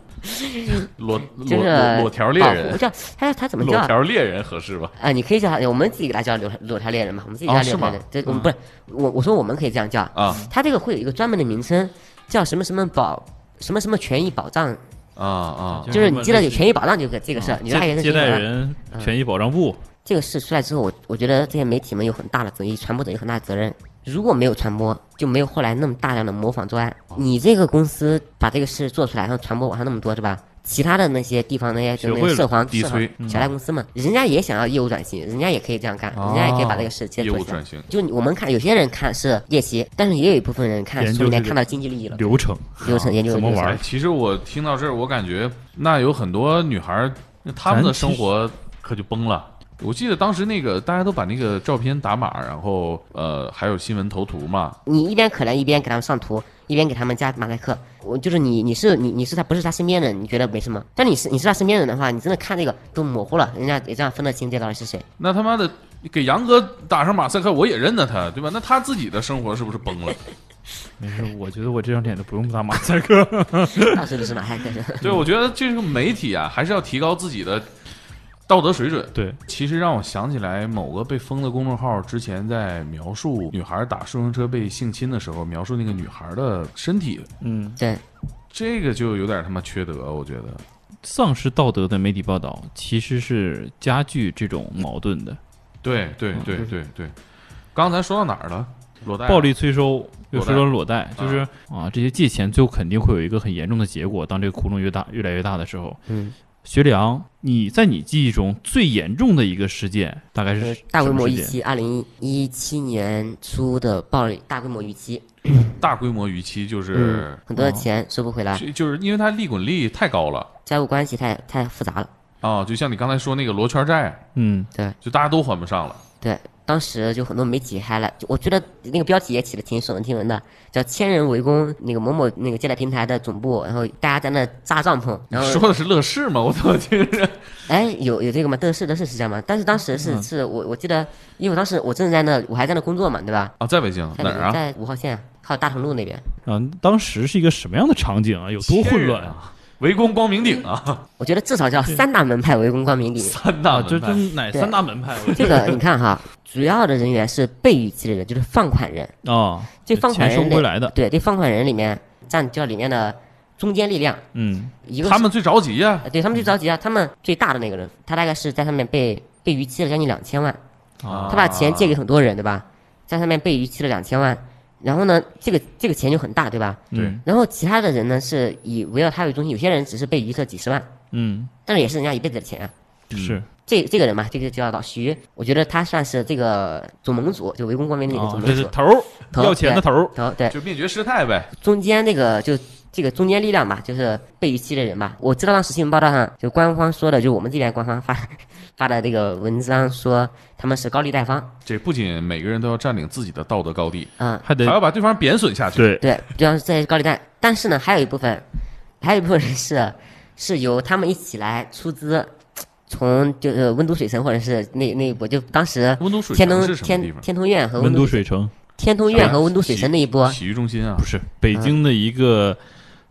[SPEAKER 1] 裸
[SPEAKER 4] 就
[SPEAKER 1] 裸
[SPEAKER 4] 是
[SPEAKER 1] 裸裸条猎
[SPEAKER 4] 保护
[SPEAKER 1] 人，
[SPEAKER 4] 叫哎他他怎么叫
[SPEAKER 1] 裸？条猎人合适吧？
[SPEAKER 4] 啊，你可以叫他，我们自己给他叫裸裸条猎人嘛，我们自己叫
[SPEAKER 1] 啊
[SPEAKER 4] 猎
[SPEAKER 1] 是吗
[SPEAKER 4] 人。对，我们不是我我说我们可以这样叫
[SPEAKER 1] 啊，
[SPEAKER 4] 他这个会有一个专门的名称，叫什么什么保什么什么权益保障，
[SPEAKER 1] 啊啊，
[SPEAKER 5] 就
[SPEAKER 4] 就是你记得有权益保障就可这个事儿，你就
[SPEAKER 5] 嗯接
[SPEAKER 4] 人
[SPEAKER 5] 接待人权益保障部，
[SPEAKER 4] 这个事出来之后，我我觉得这些媒体们有很大的责任，传播者有很大的责任。如果没有传播，就没有后来那么大量的模仿作案。你这个公司把这个事做出来，然后传播网上那么多，是吧？其他的那些地方那些就
[SPEAKER 5] 学
[SPEAKER 4] 那些
[SPEAKER 5] 会了嗯
[SPEAKER 4] 涉黄
[SPEAKER 1] 地
[SPEAKER 4] 涉黄
[SPEAKER 1] 推
[SPEAKER 4] 小贷公司嘛，人家也想要业务转型，人家也可以这样干，人家也可以把这个事接着
[SPEAKER 1] 业
[SPEAKER 4] 做
[SPEAKER 1] 务
[SPEAKER 4] 起来
[SPEAKER 1] 转。型，
[SPEAKER 4] 就我们看，有些人看是猎奇，但是也有一部分人看
[SPEAKER 5] 研究
[SPEAKER 4] 从里面
[SPEAKER 5] 这个
[SPEAKER 4] 看到经济利益了，
[SPEAKER 1] 嗯
[SPEAKER 5] 流程
[SPEAKER 4] 流程研究
[SPEAKER 5] 怎么
[SPEAKER 4] 流程
[SPEAKER 5] 玩
[SPEAKER 1] 哎，其实我听到这儿，我感觉那有很多女孩儿，那她们的生活可就崩了。我记得当时那个大家都把那个照片打码，然后呃还有新闻头图嘛，
[SPEAKER 4] 你一边可怜一边给他们上图，一边给他们加马赛克。我就是你，你是你，你是他不是他身边人，你觉得没什么。但你是你是他身边人的话，你真的看这个都模糊了，人家也这样分得清这到底是谁。
[SPEAKER 1] 那他妈的给杨哥打上马赛克，我也认得他，对吧？那他自己的生活是不是崩了？
[SPEAKER 5] 没事，我觉得我这张脸都不用打马 赛克。
[SPEAKER 4] 到时候就是马赛克。
[SPEAKER 1] 对，我觉得这个媒体啊，还是要提高自己的道德水准。
[SPEAKER 5] 对，
[SPEAKER 1] 其实让我想起来某个被封的公众号之前在描述女孩打顺风车被性侵的时候，描述那个女孩的身体，
[SPEAKER 5] 嗯，
[SPEAKER 4] 对，
[SPEAKER 1] 这个就有点他妈缺德，啊我觉得。
[SPEAKER 5] 丧失道德的媒体报道其实是加剧这种矛盾的。
[SPEAKER 1] 对对对对对，刚才说到哪儿了？裸贷啊
[SPEAKER 5] 暴力催收又说到裸贷，
[SPEAKER 1] 裸贷
[SPEAKER 5] 就是啊，这些借钱最后肯定会有一个很严重的结果。当这个窟窿越大越来越大的时候，
[SPEAKER 4] 嗯，
[SPEAKER 5] 学良，你在你记忆中最严重的一个事件大概
[SPEAKER 4] 就是是呃大规模
[SPEAKER 5] 什么
[SPEAKER 4] 逾
[SPEAKER 5] 事件
[SPEAKER 4] 期，二零一七年初的暴力大规模逾期，
[SPEAKER 1] 大规模逾期就是
[SPEAKER 4] 嗯，、很哦多的钱收不回来，
[SPEAKER 1] 就就是因为它利滚利太高了
[SPEAKER 4] 债务关系太太复杂了。
[SPEAKER 1] 啊、就像你刚才说那个罗圈债，
[SPEAKER 5] 嗯，
[SPEAKER 1] 就大家都还不上了。
[SPEAKER 4] 对，当时就很多媒体还来，就我觉得那个标题也起的挺耸人听闻的，叫“千人围攻那个某某那个借贷平台的总部”，然后大家在那扎帐篷，
[SPEAKER 1] 你
[SPEAKER 4] 然后
[SPEAKER 1] 说的是乐视吗？我怎么听 着？
[SPEAKER 4] 哎，有有这个吗？乐视乐视是这样吗？但是当时是是我我记得，因为我当时我正在那，我还在那工作嘛，对吧？
[SPEAKER 1] 啊，在北京
[SPEAKER 4] 在
[SPEAKER 1] 哪儿啊？
[SPEAKER 4] 在五号线啊，靠大同路那边。
[SPEAKER 5] 啊，当时是一个什么样的场景啊？有多混乱啊？
[SPEAKER 1] 啊！围攻光明顶啊！
[SPEAKER 4] 我觉得至少叫三大门派围攻光明顶。
[SPEAKER 1] 三大
[SPEAKER 5] 啊，
[SPEAKER 1] 门
[SPEAKER 5] 这
[SPEAKER 1] 派
[SPEAKER 5] 这哪
[SPEAKER 4] 对
[SPEAKER 5] 三大门派？我
[SPEAKER 4] 这个你看哈，主要的人员是被逾期的人，就是放款人。
[SPEAKER 5] 啊，
[SPEAKER 4] 这放款
[SPEAKER 5] 钱收
[SPEAKER 4] 人
[SPEAKER 5] 不回来的，
[SPEAKER 4] 对，这放款人里面占叫里面的中坚力量，
[SPEAKER 5] 嗯，
[SPEAKER 4] 一个是
[SPEAKER 1] 他们最着急呀、
[SPEAKER 4] 呃对他们最着急啊，他们最大的那个人，他大概是在上面被被逾期了将近两千万，
[SPEAKER 1] 啊！
[SPEAKER 4] 他把钱借给很多人，对吧？在上面被逾期了两千万，然后呢，这个这个钱就很大，对吧？
[SPEAKER 1] 对
[SPEAKER 5] 嗯
[SPEAKER 4] 然后其他的人呢，是以围绕他为中心，有些人只是被逾期了几十万，
[SPEAKER 5] 嗯，
[SPEAKER 4] 但是也是人家一辈子的钱啊。
[SPEAKER 1] 嗯
[SPEAKER 5] 是
[SPEAKER 4] 这这个人嘛，这个叫老徐，我觉得他算是这个总盟主，就围攻光明的那个
[SPEAKER 5] 啊
[SPEAKER 4] 总，
[SPEAKER 5] 这
[SPEAKER 4] 盟
[SPEAKER 5] 是
[SPEAKER 4] 主。
[SPEAKER 5] 头儿
[SPEAKER 4] 头
[SPEAKER 5] 要钱的头儿，
[SPEAKER 4] 头对
[SPEAKER 1] 就灭绝师太呗。
[SPEAKER 4] 中间那个就这个中间力量吧，就是被逾期的人吧。我知道当时新闻报道上就官方说的，就我们这边官方发 发的这个文章说他们是高利贷方，
[SPEAKER 1] 这不仅每个人都要占领自己的道德高地，
[SPEAKER 4] 嗯，
[SPEAKER 5] 还
[SPEAKER 1] 还
[SPEAKER 5] 得
[SPEAKER 1] 要把对方贬损下去。
[SPEAKER 5] 对
[SPEAKER 4] 对，就像是这些高利贷。但是呢，还有一部分，还有一部分人是是由他们一起来出资，从就是呃温都水城或者是那那一波，就当时
[SPEAKER 1] 温都水
[SPEAKER 4] 天
[SPEAKER 1] 城
[SPEAKER 4] 通
[SPEAKER 1] 是什么地
[SPEAKER 4] 天
[SPEAKER 1] 方？
[SPEAKER 4] 天通苑和
[SPEAKER 5] 温
[SPEAKER 4] 都
[SPEAKER 5] 都水城
[SPEAKER 4] 天通苑和温都水城那一波，
[SPEAKER 1] 洗浴中心啊
[SPEAKER 5] 不，是北
[SPEAKER 4] 嗯
[SPEAKER 5] 京的一个，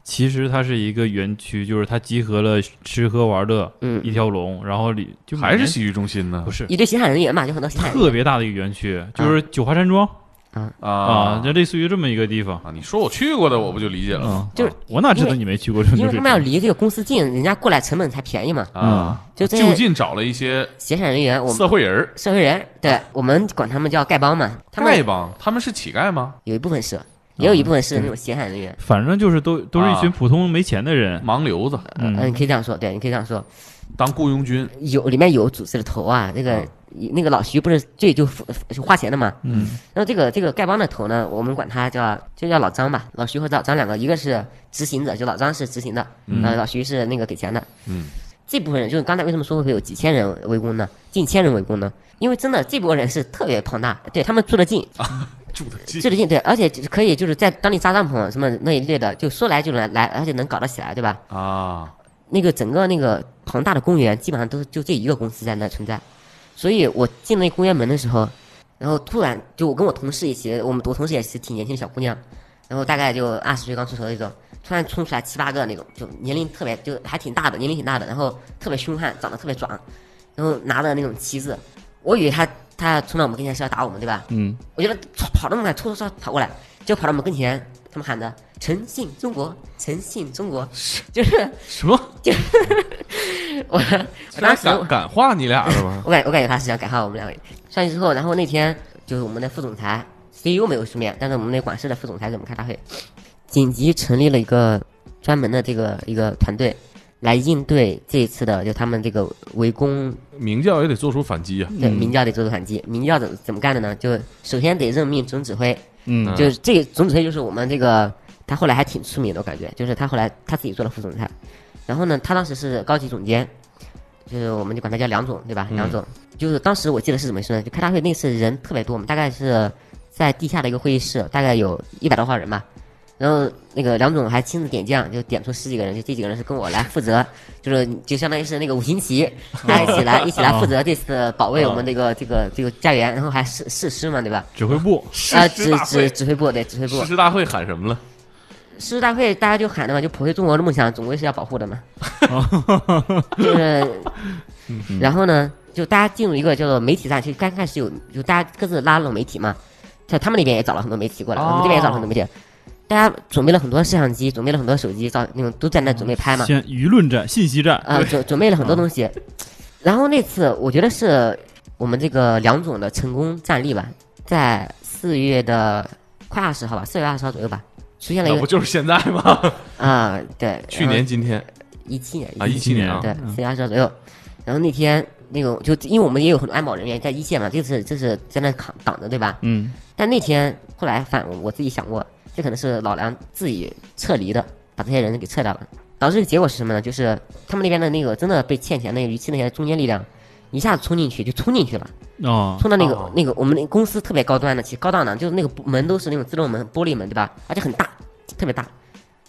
[SPEAKER 5] 其实它是一个园区，就是它集合了吃喝玩乐
[SPEAKER 4] 嗯
[SPEAKER 5] 一条龙，然后里就每
[SPEAKER 1] 还是
[SPEAKER 5] 年
[SPEAKER 1] 洗浴中心呢
[SPEAKER 5] 不？是
[SPEAKER 4] 一堆刑产人员嘛，有很多刑产人
[SPEAKER 5] 特
[SPEAKER 4] 员。
[SPEAKER 5] 别大的一个园区，就是
[SPEAKER 4] 嗯
[SPEAKER 5] 九华山庄啊
[SPEAKER 1] 啊，
[SPEAKER 5] 就类似于这么一个地方。
[SPEAKER 1] 啊！你说我去过的，我不就理解了吗
[SPEAKER 5] 啊，？
[SPEAKER 4] 就是
[SPEAKER 5] 我哪知道你没去过温
[SPEAKER 4] 因
[SPEAKER 5] 都
[SPEAKER 4] 为他
[SPEAKER 5] 水
[SPEAKER 4] 们要
[SPEAKER 5] 城？
[SPEAKER 4] 离这个公司近，人家过来成本才便宜嘛。
[SPEAKER 5] 嗯
[SPEAKER 1] 啊，
[SPEAKER 4] 就这
[SPEAKER 1] 就
[SPEAKER 4] 些
[SPEAKER 1] 近找了一些
[SPEAKER 4] 闲散人员，我们
[SPEAKER 1] 社会人儿，
[SPEAKER 4] 社会人，对我们管他们叫丐帮嘛。他
[SPEAKER 1] 丐
[SPEAKER 4] 们
[SPEAKER 1] 帮，他们是乞丐吗？
[SPEAKER 4] 有一部分是，也有一部分是那种闲散人员。
[SPEAKER 5] 反正就是都都是一群
[SPEAKER 1] 啊
[SPEAKER 5] 普通没钱的人，
[SPEAKER 1] 盲流子
[SPEAKER 4] 嗯，
[SPEAKER 5] 嗯
[SPEAKER 4] 你可以这样说，对，你可以这样说。
[SPEAKER 1] 当雇佣军，
[SPEAKER 4] 有里面有组织的头啊，那个、那个老徐不是最就付就花钱的嘛，
[SPEAKER 5] 嗯
[SPEAKER 4] 然后这个这个丐帮的头呢，我们管他叫就叫老张吧，老徐和老张两个，一个是执行者，就老张是执行的，
[SPEAKER 5] 嗯
[SPEAKER 4] 呃，老徐是那个给钱的，
[SPEAKER 1] 嗯，
[SPEAKER 4] 这部分人就是刚才为什么说会有几千人围攻呢？近千人围攻呢？因为真的这波人是特别庞大，对他们住得近，
[SPEAKER 1] 住的近
[SPEAKER 4] 住得近，对，而且就是可以就是在当地扎帐篷什么那一类的，就说来就来来，而且能搞得起来，对吧？
[SPEAKER 1] 啊，
[SPEAKER 4] 那个整个那个庞大的公园，基本上都是就这一个公司在那存在。所以我进那公园门的时候，然后突然就我跟我同事一起，我们我同事也是挺年轻的小姑娘，然后大概就二十岁刚出头那种，突然冲出来七八个那种，就年龄特别就还挺大的，年龄挺大的，然后特别凶悍，长得特别壮，然后拿着那种旗子，我以为他他冲到我们跟前是要打我们，对吧？
[SPEAKER 5] 嗯，
[SPEAKER 4] 我觉得跑跑那么快，突突突跑过来，就跑到我们跟前，他们喊着“诚信中国，诚信中国”，就是
[SPEAKER 1] 什么？
[SPEAKER 4] 我我 当时
[SPEAKER 1] 哎敢敢画你俩了 吧？
[SPEAKER 4] 我感我感觉他是想改号我们两个人。上去之后，然后那天就是我们的副总裁 CEO 没有出面，但是我们那管事的副总裁给我们开大会，紧急成立了一个专门的这个一个团队来应对这一次的就他们这个围攻
[SPEAKER 1] 明教也得做出反击呀！
[SPEAKER 4] 的民教的这个反击。民教怎么怎么干的呢？就首先得任命总指挥，
[SPEAKER 5] 嗯
[SPEAKER 4] 就是这个总指挥就是我们这个，他后来还挺出名的，我感觉，就是他后来他自己做了副总裁，然后呢，他当时是高级总监，就是我们就管他叫梁总，对吧？梁总，就是当时我记得是怎么说呢？就开大会那次人特别多，我们大概是在地下的一个会议室，大概有一百多号人吧。然后那个梁总还亲自点将，就点出十几个人，就这几个人是跟我来负责，就是就相当于是那个五星旗，大家一起 来一起来负
[SPEAKER 1] 哦
[SPEAKER 4] 责这次保卫我们这个这个这个家园，然后还誓誓师嘛，对吧？
[SPEAKER 5] 指挥部
[SPEAKER 4] 啊，
[SPEAKER 1] 师
[SPEAKER 4] 指
[SPEAKER 1] 大会
[SPEAKER 4] 指指挥部对指挥部
[SPEAKER 6] 誓，师大会喊什么了？
[SPEAKER 4] 世师大会大家就喊的嘛，就普惠中国的梦想总归是要保护的嘛，
[SPEAKER 1] 哦
[SPEAKER 4] 就是，
[SPEAKER 1] 嗯
[SPEAKER 4] 然后呢，就大家进入一个叫做媒体战，其实刚开始有就大家各自拉拢媒体嘛，在他们那边也找了很多媒体过来，我们这边也找了很多媒体，
[SPEAKER 1] 哦
[SPEAKER 4] 大家准备了很多摄像机，准备了很多手机，照那种都在那准备拍嘛，
[SPEAKER 5] 先舆论战、信息战，
[SPEAKER 4] 哎啊，准准备了很
[SPEAKER 6] 嗯
[SPEAKER 4] 多东西。然后那次我觉得是我们这个梁总的成功战例吧，在四月的快二十号吧，四月二十号左右吧，出现了
[SPEAKER 6] 那
[SPEAKER 4] 一
[SPEAKER 6] 啊不
[SPEAKER 4] 个
[SPEAKER 6] 就是现在 吗？
[SPEAKER 4] 啊、对，
[SPEAKER 6] 去年今天
[SPEAKER 4] 一七年
[SPEAKER 6] 啊，一七年啊，
[SPEAKER 4] 对，四月二十号左右。然后那天那个就因为我们也有很多安保人员在一线嘛，这次这是在那扛挡着对吧？
[SPEAKER 5] 嗯，
[SPEAKER 4] 但那天后来反我我自己想过，这可能是老梁自己撤离的，把这些人给撤掉了。导致的结果是什么呢？就是他们那边的那个真的被欠钱那个逾期那些中坚力量，一下子冲进去就冲进去了，
[SPEAKER 5] 啊，
[SPEAKER 4] 冲到那个、
[SPEAKER 6] 哦
[SPEAKER 4] 那个我们那个公司特别高端的，其实高档的，就是那个门都是那种自动门玻璃门对吧？而且很大，特别大，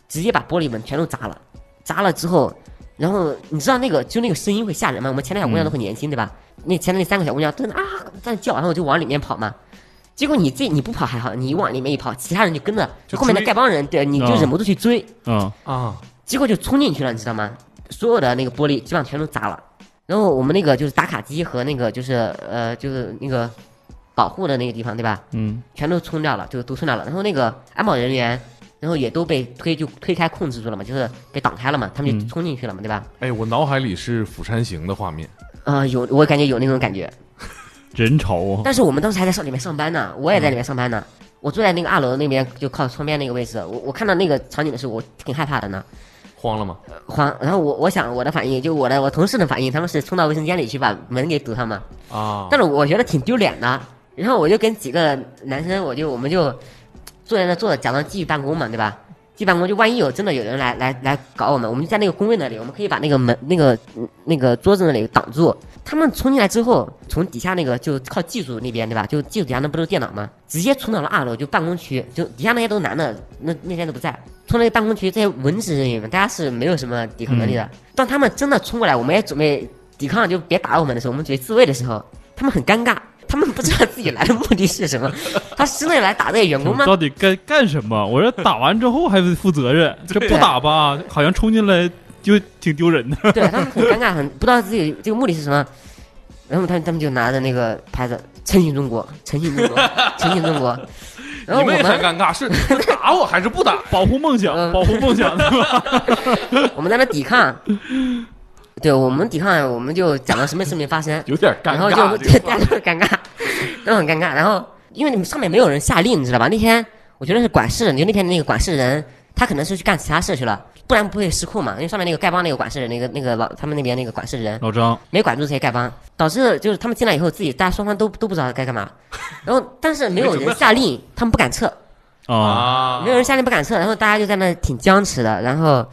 [SPEAKER 4] 直接把玻璃门全都砸了。砸了之后，然后你知道那个就那个声音会吓人吗？我们前台小姑娘
[SPEAKER 6] 嗯
[SPEAKER 4] 都很年轻，对吧？那前台那三个小姑娘都在那啊在那叫，然后我就往里面跑嘛。结果你这你不跑还好，你往里面一跑，其他人就跟着，
[SPEAKER 6] 就
[SPEAKER 4] 后面的
[SPEAKER 6] 追嗯
[SPEAKER 4] 丐帮人对你就
[SPEAKER 5] 啊
[SPEAKER 4] 忍不住去追，
[SPEAKER 5] 啊，
[SPEAKER 6] 啊，
[SPEAKER 4] 结果就冲进去了，你知道吗？所有的那个玻璃基本上全都砸了。然后我们那个就是打卡机和那个就是呃就是那个保护的那个地方，对吧？
[SPEAKER 5] 嗯，
[SPEAKER 4] 全都冲掉了，就都冲掉了。然后那个安保人员，然后也都被推就推开控制住了嘛，就是被挡开了嘛，他们就冲进去了嘛，对吧？
[SPEAKER 6] 哎，我脑海里是《釜山行》的画面，
[SPEAKER 4] 啊、有我感觉有那种感觉。
[SPEAKER 5] 人潮啊，
[SPEAKER 4] 但是我们当时还在上里面上班呢，我也在里面上班呢。我坐在那个二楼那边，就靠窗边那个位置。我我看到那个场景的时候，我挺害怕的呢。
[SPEAKER 6] 慌了吗？
[SPEAKER 4] 慌，然后我我想我的反应，就我的我同事的反应，他们是冲到卫生间里去把门给堵上嘛。
[SPEAKER 6] 啊，
[SPEAKER 1] 哦
[SPEAKER 4] 但是我觉得挺丢脸的。然后我就跟几个男生，我就我们就坐在那坐着，假装继续办公嘛，对吧？继续办公，就万一有真的有人来来来搞我们，我们就在那个工位那里，我们可以把那个门、那个嗯那个桌子那里挡住。他们冲进来之后，从底下那个就靠技术那边，对吧？就技术底下那不都是电脑吗？直接冲到了二楼，就办公区，就底下那些都是男的，那那些都不在。冲到那办公区，这些文职人员们，大家是没有什么抵抗能力的。当他们真的冲过来，我们也准备抵抗，就别打我们的时候，我们准备自卫的时候，他们很尴尬，他们不知道自己来的目的是什么。他是真的来打这些员工吗？
[SPEAKER 5] 到底该干什么？我说打完之后还得负责 任，这不打吧，好像冲进来就挺丢人的。
[SPEAKER 4] 对啊他们很尴尬，很不知道自己这个目的是什么。然后他们他们就拿着那个牌子“诚信中国，诚信 中国，诚信中国”。然后
[SPEAKER 6] 你
[SPEAKER 4] 我
[SPEAKER 6] 们也很
[SPEAKER 4] 们
[SPEAKER 6] 尴尬，是是打我还是不 打？
[SPEAKER 5] 保护 梦想
[SPEAKER 4] 嗯，
[SPEAKER 5] 保护梦想，对吧？
[SPEAKER 4] 我们在那抵抗，对我们抵抗，我们就假装什么事没发生
[SPEAKER 6] ，有点尴
[SPEAKER 4] 然后
[SPEAKER 6] 尬，
[SPEAKER 4] 就
[SPEAKER 6] 这个
[SPEAKER 4] 大家都很尴尬，都很尴尬。然后因为你们上面没有人下令，你知道吧？那天我觉得是管事人，就那天那个管事人，他可能是去干其他事去了，不然不会失控嘛。因为上面那个丐帮那个管事人，那个那个老他们那边那个管事人，
[SPEAKER 5] 老张，
[SPEAKER 4] 没管住这些丐帮，导致就是他们进来以后，自己大家双方都都不知道该 干嘛，然后但是没有人下令，他们不敢撤，
[SPEAKER 5] 啊，
[SPEAKER 6] 啊
[SPEAKER 4] 没有人下令不敢撤，然后大家就在那挺僵持的，然后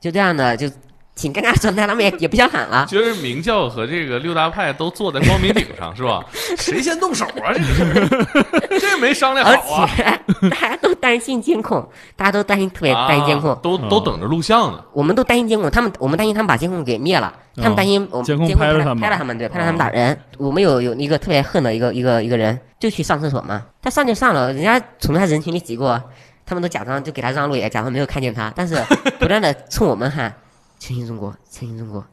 [SPEAKER 4] 就这样的就挺尴尬的状态，他们也也不想 喊了，
[SPEAKER 1] 觉得明教和这个六大派都坐在光明顶上是 吧？谁先动手啊？这个这没商量
[SPEAKER 4] 而
[SPEAKER 1] 好啊！
[SPEAKER 4] 且大家都担心监控，大家都担心特别担心监控
[SPEAKER 1] 啊，都都等着录像呢。
[SPEAKER 4] 我们都担心监控，他们我们担心他们把监控给灭了，他们担心我们
[SPEAKER 5] 哦监控
[SPEAKER 4] 控
[SPEAKER 5] 拍了
[SPEAKER 4] 了
[SPEAKER 5] 他们哦
[SPEAKER 4] 拍了他们对，拍了他们打人。我们有有一个特别恨的一个一个一个人，就去上厕所嘛，他上就上了，人家从他人群里挤过，他们都假装就给他让路，也假装没有看见他，但是不断的冲我们喊“诚信中国，诚信中国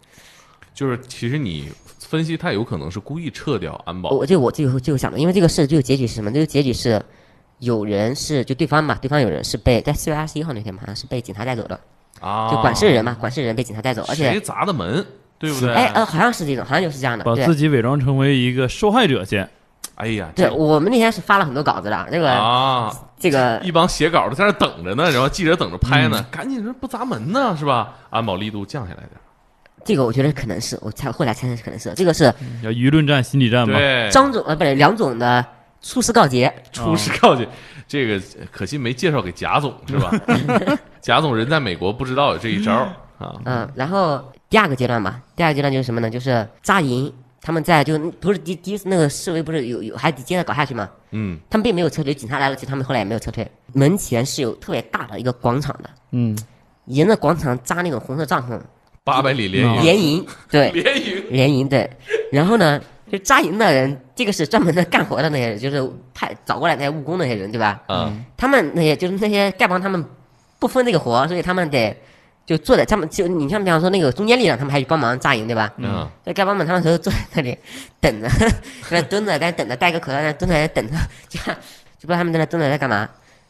[SPEAKER 6] 就是其实你分析，他有可能是故意撤掉安”保
[SPEAKER 5] 哦
[SPEAKER 4] 我。我就我最后最后想的，因为这个事最后结局是什么？这个结局是有人是就对方嘛，对方有人是被在四月二十一号那天嘛，好像是被警察带走的，
[SPEAKER 6] 啊，
[SPEAKER 4] 就管事人
[SPEAKER 5] 哦
[SPEAKER 4] 嘛，管事人被警察带走，而
[SPEAKER 6] 谁
[SPEAKER 4] 且
[SPEAKER 6] 砸的门，对不对？
[SPEAKER 4] 哎呃好像是这种，好像就是这样的，
[SPEAKER 5] 把
[SPEAKER 4] 对。
[SPEAKER 5] 自己伪装成为一个受害者先，
[SPEAKER 6] 哎呀，
[SPEAKER 1] 嗯
[SPEAKER 4] 对
[SPEAKER 6] 这
[SPEAKER 4] 我们那天是发了很多稿子的，这个、
[SPEAKER 6] 啊，
[SPEAKER 4] 这个
[SPEAKER 6] 一帮写稿的在那等着呢，然后记者等着拍
[SPEAKER 4] 嗯
[SPEAKER 6] 呢，赶紧说不砸门呢，是吧？安保力度降下来点。
[SPEAKER 4] 这个我觉得可能是我才后来猜测可能是这个是
[SPEAKER 5] 要舆论战、心理战嘛。
[SPEAKER 1] 哎
[SPEAKER 6] 对，嗯
[SPEAKER 4] 张总呃不是梁总的出师告捷，
[SPEAKER 6] 出 师告诫， 这个可惜没介绍给贾总是吧？贾总人在美国不知道有这一招，啊，
[SPEAKER 4] 嗯，然后第二个阶段吧，第二个阶段就是什么呢？就是扎营，他们在就不是第第一次那个示威不是有有还接着搞下去吗？
[SPEAKER 6] 嗯，
[SPEAKER 4] 他们并没有撤退，警察来了，其实他们后来也没有撤退。门前是有特别大的一个广场的，
[SPEAKER 7] 嗯，
[SPEAKER 4] 沿着广场扎那种红色帐篷，
[SPEAKER 6] 八百里连营，
[SPEAKER 1] 嗯
[SPEAKER 4] 联营，对，
[SPEAKER 6] 连营，
[SPEAKER 4] 联营对。然后呢，就扎营的人，这个是专门的干活的那些人，就是派找过来那些务工那些人，对吧？
[SPEAKER 6] 嗯，
[SPEAKER 4] 他们那些就是那些丐帮，他们不分这个活，所以他们得就做的，他们就你像比方说那个中间力量，他们还去帮忙扎营，对吧？
[SPEAKER 6] 嗯，
[SPEAKER 4] 那丐帮们他们都坐在那里 等着，在那蹲着，在那等着，带个口罩在那蹲着，在那 等着，就看就不知道他们在那蹲着在干嘛。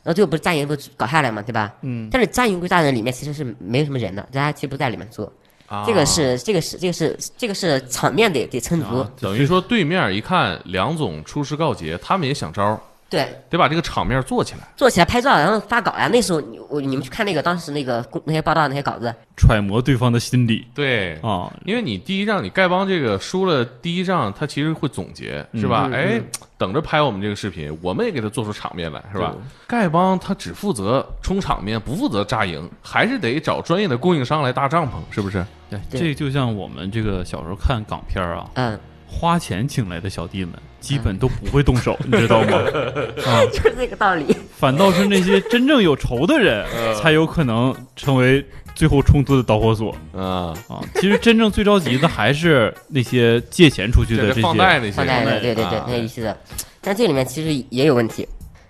[SPEAKER 4] 然后最后不是扎营不是搞下来嘛，对吧？
[SPEAKER 7] 嗯
[SPEAKER 4] 但是扎营归扎营，里面其实是没有什么人的，大家其实不在里面住。
[SPEAKER 6] 啊
[SPEAKER 4] 这个是这个是这个是这个是场面得得撑足。
[SPEAKER 1] 啊
[SPEAKER 6] 等于说对面一看梁总出师告捷，他们也想招儿，
[SPEAKER 4] 对，
[SPEAKER 6] 得把这个场面做起来。
[SPEAKER 4] 做起来拍照，然后发稿呀。那时候你我你们去看那个当时那个公那些报道那些稿子，
[SPEAKER 5] 揣摩对方的心理
[SPEAKER 6] 对，
[SPEAKER 5] 啊，
[SPEAKER 6] 因为你第一仗你丐帮这个输了第一仗，他其实会总结是
[SPEAKER 4] 嗯
[SPEAKER 6] 吧？哎，等着拍我们这个视频，我们也给他做出场面来是吧？丐帮他只负责冲场面，不负责扎营，还是得找专业的供应商来搭帐篷，是不是？
[SPEAKER 5] 对，
[SPEAKER 4] 对
[SPEAKER 5] 这就像我们这个小时候看港片儿啊，
[SPEAKER 4] 嗯，
[SPEAKER 5] 花钱请来的小弟们基本都不会动手，你知道 吗？
[SPEAKER 4] 就是这个道理。
[SPEAKER 5] 反倒是那些真正有仇的人，才有可能成为最后冲突的导火索
[SPEAKER 4] 嗯
[SPEAKER 6] 啊，
[SPEAKER 5] 啊。其实真正最着急的还是那些借钱出去
[SPEAKER 6] 这
[SPEAKER 5] 的
[SPEAKER 6] 个
[SPEAKER 5] 这
[SPEAKER 6] 放
[SPEAKER 5] 些，
[SPEAKER 6] 贷那些，
[SPEAKER 4] 放在那对对对
[SPEAKER 6] 啊，
[SPEAKER 4] 那一系的。但这里面其实也有问题，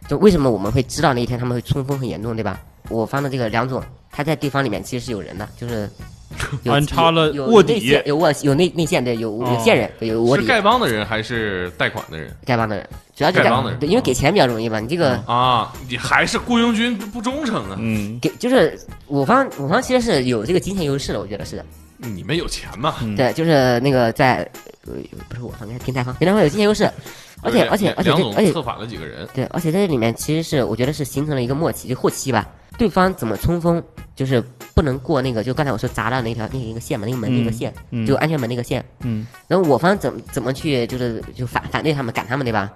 [SPEAKER 4] 就为什么我们会知道那一天他们会冲锋很严重，对吧？我方的这个梁总，他在对方里面其实是有人的，就是有
[SPEAKER 5] 安插了
[SPEAKER 4] 有有
[SPEAKER 5] 卧底
[SPEAKER 4] 内线有卧有内内线对，有有线人，对有卧
[SPEAKER 6] 是
[SPEAKER 4] 底，
[SPEAKER 6] 丐帮的人还是贷款的人
[SPEAKER 4] 丐帮的人，主要就
[SPEAKER 6] 丐帮的人
[SPEAKER 4] 对，因为给钱比较容易嘛，你这个。
[SPEAKER 6] 啊？你还是雇佣军不忠诚啊？
[SPEAKER 5] 嗯，
[SPEAKER 4] 给就是我方我方其实是有这个金钱优势的，我觉得是的。
[SPEAKER 6] 你们有钱吗？
[SPEAKER 5] 嗯
[SPEAKER 4] 对，就是那个在呃不是我方，应该是平台方，平台方有金钱优势，而且而且而且
[SPEAKER 6] 梁
[SPEAKER 4] 这
[SPEAKER 6] 总
[SPEAKER 4] 而且
[SPEAKER 6] 策反了几个人，
[SPEAKER 4] 对，而且在这里面其实是我觉得是形成了一个默契，就后期吧，对方怎么冲锋，就是不能过那个，就刚才我说砸了那条那个一个线嘛，那个门、那个线，
[SPEAKER 5] 嗯
[SPEAKER 4] 就安全门那个线。
[SPEAKER 5] 嗯。
[SPEAKER 4] 然后我方怎么怎么去就是就反反对他们赶他们对吧？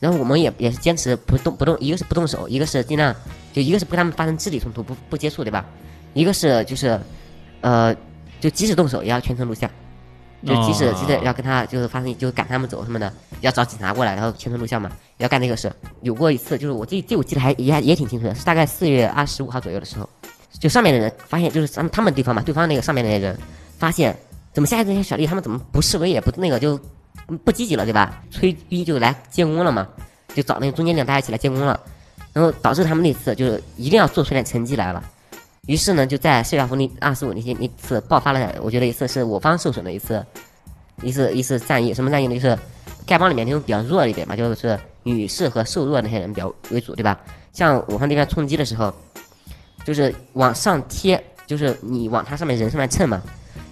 [SPEAKER 4] 然后我们也也是坚持不动不动，一个是不动手，一个是尽量就一个是不跟他们发生肢体冲突，不不接触对吧？一个是就是呃，就即使动手也要全程录像。就即使即使要跟他就是发生就赶他们走什么的，要找警察过来，然后全程录像嘛，要干那个事。有过一次，就是我这这我记得还也也挺清楚的，是大概四月二十五号左右的时候，就上面的人发现就是他们他们对方嘛，对方那个上面的那人发现怎么现在这些小弟他们怎么不示威也不那个就不积极了对吧？崔逼就来监工了嘛，就找那个中间领大家一起来监工了，然后导致他们那次就是一定要做出点成绩来了。于是呢，就在谢亚福那二十五那些那次爆发了，我觉得一次是我方受损的一次，一次一次战役。什么战役呢？就是呃丐帮里面那种比较弱一点嘛，就是女士和瘦弱那些人比较为主，对吧？像我方这边冲击的时候，就是往上贴，就是你往他上面人上面蹭嘛。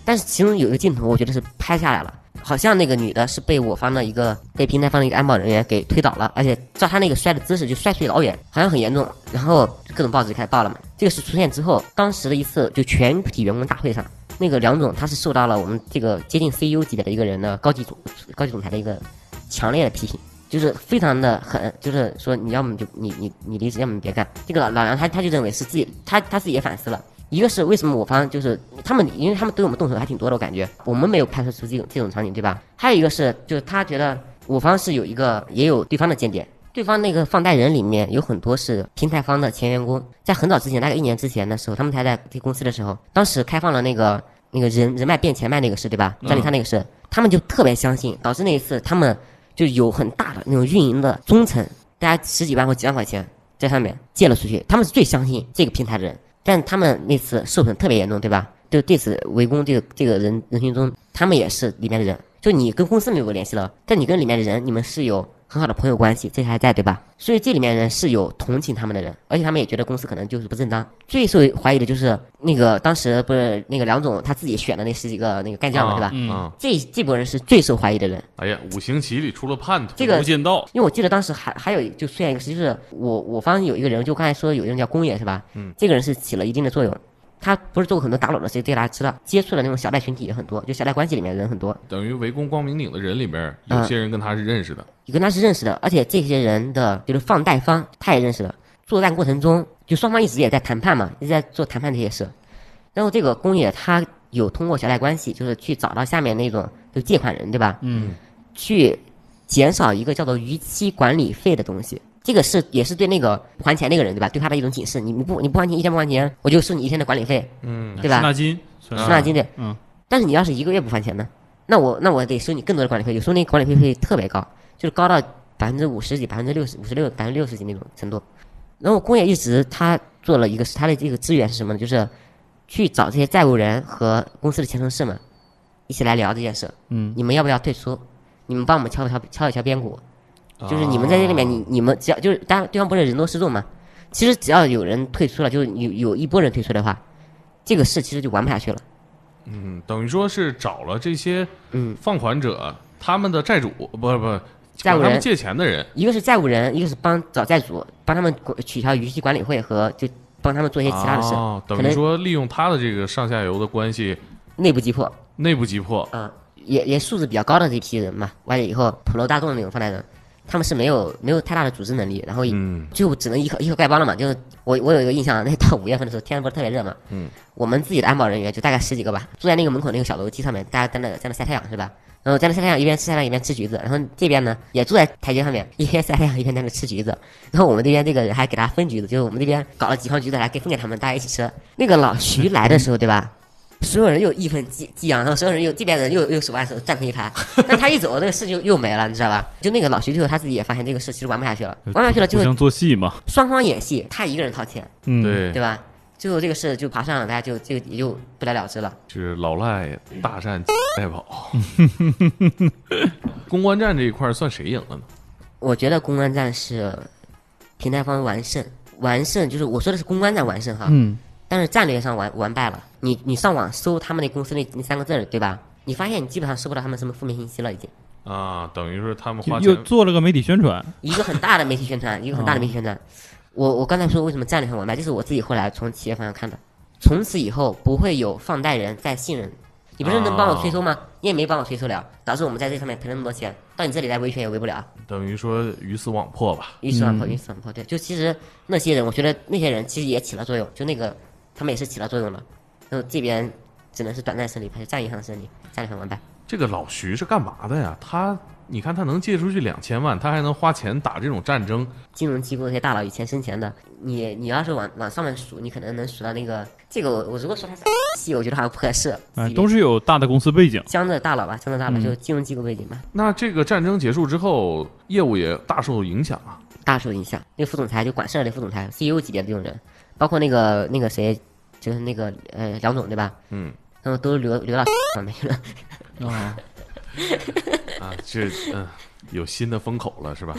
[SPEAKER 4] 但是其中有一个镜头，我觉得是拍下来了，好像那个女的是被我方的一个被平台方的一个安保人员给推倒了，而且照她那个摔的姿势就摔出去老远，好像很严重。然后各种报纸就开始报了嘛。这个事出现之后，当时的一次就全体员工大会上，那个梁总他是受到了我们这个接近 CEO 级别的一个人的高级总高级总裁的一个强烈的批评。就是非常的狠，就是说你要么就你你你离职，要么你别干。这个老老梁他他就认为是自己，他他自己也反思了。一个是为什么我方就是他们，因为他们对我们动手还挺多的，我感觉我们没有拍摄出这种这种场景，对吧？还有一个是就是他觉得我方是有一个也有对方的间谍，对方那个放贷人里面有很多是平台方的前员工，在很早之前，大概一年之前的时候，他们才在这公司的时候，当时开放了那个那个人人脉变钱脉那个事，对吧？张立他那个事，他们就特别相信，导致那一次他们就有很大的那种运营的中层，大家十几万或几万块钱在上面借了出去，他们是最相信这个平台的人，但他们那次受损特别严重，对吧？就对此围攻这个这个人人群中，他们也是里面的人。就你跟公司没有联系了，但你跟里面的人，你们是有很好的朋友关系，这还在对吧？所以这里面人是有同情他们的人，而且他们也觉得公司可能就是不正当。最受怀疑的就是那个当时不是那个梁总他自己选的那十几个那个干将
[SPEAKER 1] 哦
[SPEAKER 4] 嘛，对吧？
[SPEAKER 1] 嗯
[SPEAKER 6] 啊，
[SPEAKER 4] 这这波人是最受怀疑的人。
[SPEAKER 6] 哎呀，五行棋里出了叛徒，
[SPEAKER 4] 这个
[SPEAKER 5] 无间道，
[SPEAKER 4] 因为我记得当时还还有就出现一个事，就是我我方有一个人，就刚才说有一个人叫公野是吧？嗯，这个人是起了一定的作用，他不是做过很多打扰的事情，这个大家知道，接触的那种小贷群体也很多，就小贷关系里面的人很多，
[SPEAKER 6] 等于围攻光明顶的人里面，有些人跟他是认识的，
[SPEAKER 4] 你跟他是认识的，而且这些人的就是放贷方他也认识的，作战过程中就双方一直也在谈判嘛，一直在做谈判这些事，然后这个公野他有通过小贷关系，就是去找到下面那种就借款人，对吧？
[SPEAKER 8] 嗯，
[SPEAKER 4] 去减少一个叫做逾期管理费的东西。这个是也是对那个不还钱那个人对吧？对他的一种警示，你你不你不还钱一天不还钱，我就收你一天的管理费，
[SPEAKER 1] 嗯，
[SPEAKER 4] 对吧
[SPEAKER 5] 滞纳金，滞
[SPEAKER 4] 滞纳金对。
[SPEAKER 5] 嗯，
[SPEAKER 4] 但是你要是一个月不还钱呢，那我那我得收你更多的管理费，有时候那个管理费会特别高，就是高到百分之五十几、百分之六十、五十六、百分之六十几那种程度。然后工业一直他做了一个他的这个资源是什么呢？就是去找这些债务人和公司的前同事们一起来聊这件事。
[SPEAKER 5] 嗯，
[SPEAKER 4] 你们要不要退出？你们帮我们敲一敲敲一敲边鼓，嗯
[SPEAKER 5] 哦
[SPEAKER 4] 就是你们在这里面，你你们只要就是当然对方不是人多势众嘛，其实只要有人退出了，就是有有一波人退出的话，这个事其实就玩不下去了。
[SPEAKER 1] 嗯，等于说是找了这些
[SPEAKER 4] 嗯，
[SPEAKER 1] 放款者他们的债主，不是不是，
[SPEAKER 4] 债
[SPEAKER 1] 管他
[SPEAKER 4] 务
[SPEAKER 1] 们
[SPEAKER 4] 人
[SPEAKER 1] 借钱的人，
[SPEAKER 4] 一个是债务人，一个是帮找债主，帮他们管取消逾期管理费和就帮他们做一些其他的事，
[SPEAKER 1] 哦，
[SPEAKER 4] 可
[SPEAKER 1] 等于
[SPEAKER 4] 能
[SPEAKER 1] 说利用他的这个上下游的关系，
[SPEAKER 4] 内部击破。
[SPEAKER 1] 内部击破，
[SPEAKER 4] 嗯，也也素质比较高的这批人嘛，完了以后普罗大众的那种放贷人，他们是没有没有太大的组织能力，然后也
[SPEAKER 1] 嗯
[SPEAKER 4] 就只能依靠依靠丐帮了嘛。就是我我有一个印象，那到五月份的时候天不是特别热嘛，
[SPEAKER 1] 嗯，
[SPEAKER 4] 我们自己的安保人员就大概十几个吧，坐在那个门口那个小楼梯上面，大家在那在那晒太阳是吧？然后在那晒太阳，一边晒太阳一边吃橘子，然后这边呢也坐在台阶上面，一边晒太阳一边在那吃橘子。然后我们这边这个人还给他分橘子，就是我们这边搞了几筐橘子来给分给他们，大家一起吃。那个老徐来的时候，对吧？所有人又义愤激激昂，然后所有人又这边人又又手把 手站成一排，但他一走，那个事就又没了，你知道吧？就那个老徐最后他自己也发现这个事其实玩不下去了，
[SPEAKER 1] 嗯
[SPEAKER 4] 玩不下去了就
[SPEAKER 5] 互
[SPEAKER 4] 会
[SPEAKER 5] 相做戏嘛，
[SPEAKER 4] 双方演戏，他一个人掏钱，
[SPEAKER 5] 嗯，，
[SPEAKER 1] 对，
[SPEAKER 4] 对吧？最后这个事就爬上了，大家就就也就不了了之了。
[SPEAKER 1] 是老赖大战带 跑，公关战这一块儿算谁赢了呢？
[SPEAKER 4] 我觉得公关战是平台方完胜，完胜就是我说的是公关战完胜哈，
[SPEAKER 5] 嗯，
[SPEAKER 4] 但是战略上完完败了。你你上网搜他们那公司那那三个字儿，对吧？你发现你基本上搜不到他们什么负面信息了，已经。
[SPEAKER 1] 啊，等于说他们
[SPEAKER 5] 又
[SPEAKER 1] 花
[SPEAKER 5] 又
[SPEAKER 1] 钱
[SPEAKER 5] 做了个媒体宣传，
[SPEAKER 4] 一个很大的媒体宣传，一个很大的媒体宣传。我我刚才说为什么战略很完败，这是我自己后来从企业方向看的。从此以后不会有放贷人再信任，你不是能帮我催收吗？你也没帮我催收了，导致我们在这上面赔了那么多钱，到你这里来维权也维不了，
[SPEAKER 1] 等于说鱼死网破吧，
[SPEAKER 4] 鱼死网破，鱼死网破。对，就其实那些人，我觉得那些人其实也起了作用，就那个他们也是起了作用了。然后这边只能是短暂胜利，还是战役上的胜利，战略很完败。
[SPEAKER 1] 这个老徐是干嘛的呀？他你看他能借出去两千万，他还能花钱打这种战争，
[SPEAKER 4] 金融机构那些大佬以前生前的，你你要是往往上面数，你可能能数到那个这个我我如果说他是戏，我觉得好像不合适。
[SPEAKER 5] 哎，
[SPEAKER 4] 级别
[SPEAKER 5] 都是嗯有大的公司背景，
[SPEAKER 4] 江浙大佬吧，江浙大佬就是金融机构背景吧，
[SPEAKER 1] 那这个战争结束之后，业务也大受影响 啊。
[SPEAKER 4] 大受影响。那个副总裁就管事儿的副总裁，CEO 级别的这种人，包括那个那个谁，就是那个呃梁总对吧？
[SPEAKER 1] 嗯，
[SPEAKER 4] 然后都流流到 上面去了。
[SPEAKER 5] 啊，
[SPEAKER 1] 啊，这嗯、有新的风口了是 吧？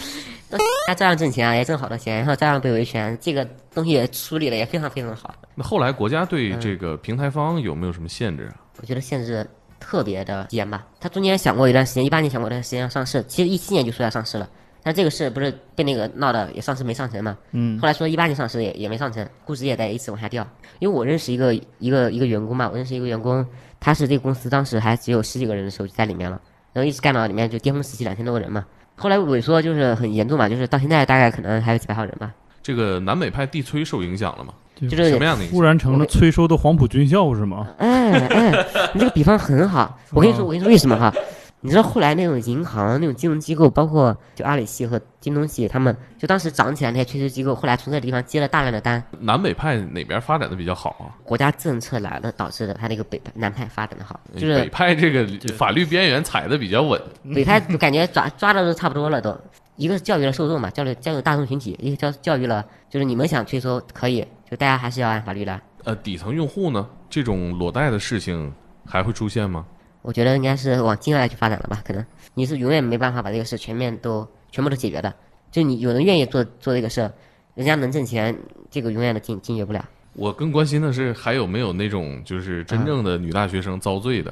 [SPEAKER 4] 他照样挣钱啊，也挣好多钱，然后照样被维权，这个东西也处理的也非常非常好。
[SPEAKER 1] 那后来国家对这个平台方有没有什么限制啊？
[SPEAKER 4] 我觉得限制特别的严吧。他中间想过一段时间，一八年想过一段时间要上市，其实一七年就说要上市了，但这个事不是被那个闹的也上市没上成嘛。
[SPEAKER 5] 嗯，
[SPEAKER 4] 后来说一八年上市也也没上成，估值也在一直往下掉。因为我认识一个一个一个员工嘛，我认识一个员工，他是这个公司当时还只有十几个人的时候就在里面了，然后一直干到里面就巅峰时期两千多个人嘛。后来萎缩就是很严重嘛，就是到现在大概可能还有几百号人吧，
[SPEAKER 1] 这个南北派地推受影响了吗？
[SPEAKER 4] 就
[SPEAKER 1] 什
[SPEAKER 4] 是
[SPEAKER 1] 么样的影
[SPEAKER 5] 忽
[SPEAKER 1] 响？
[SPEAKER 5] 然成了催收的黄埔军校是吗？
[SPEAKER 4] 哎哎，你这个比方很好。我跟你说，我跟你说为什么哈？你知道后来那种银行、那种金融机构，包括就阿里系和京东系，他们就当时涨起来那些垂直机构，后来从这地方接了大量的单，
[SPEAKER 1] 南北派哪边发展的比较好啊？
[SPEAKER 4] 国家政策来了导致的，它那个北南派发展的好，就
[SPEAKER 1] 北
[SPEAKER 4] 是
[SPEAKER 1] 派这个法律边缘踩的比较稳，
[SPEAKER 4] 北派就感觉抓抓的都差不多了都。一个是教育了受众嘛，教育教育大众群体；一个教教育了，就是你们想催收可以，就大家还是要按法律来。
[SPEAKER 1] 呃，底层用户呢，这种裸贷的事情还会出现吗？
[SPEAKER 4] 我觉得应该是往境外去发展了吧？可能你是永远没办法把这个事全面都全部都解决的。就你有人愿意做做这个事儿，人家能挣钱，这个永远都解解决不了。
[SPEAKER 1] 我更关心的是，还有没有那种就是真正的女大学生遭罪的？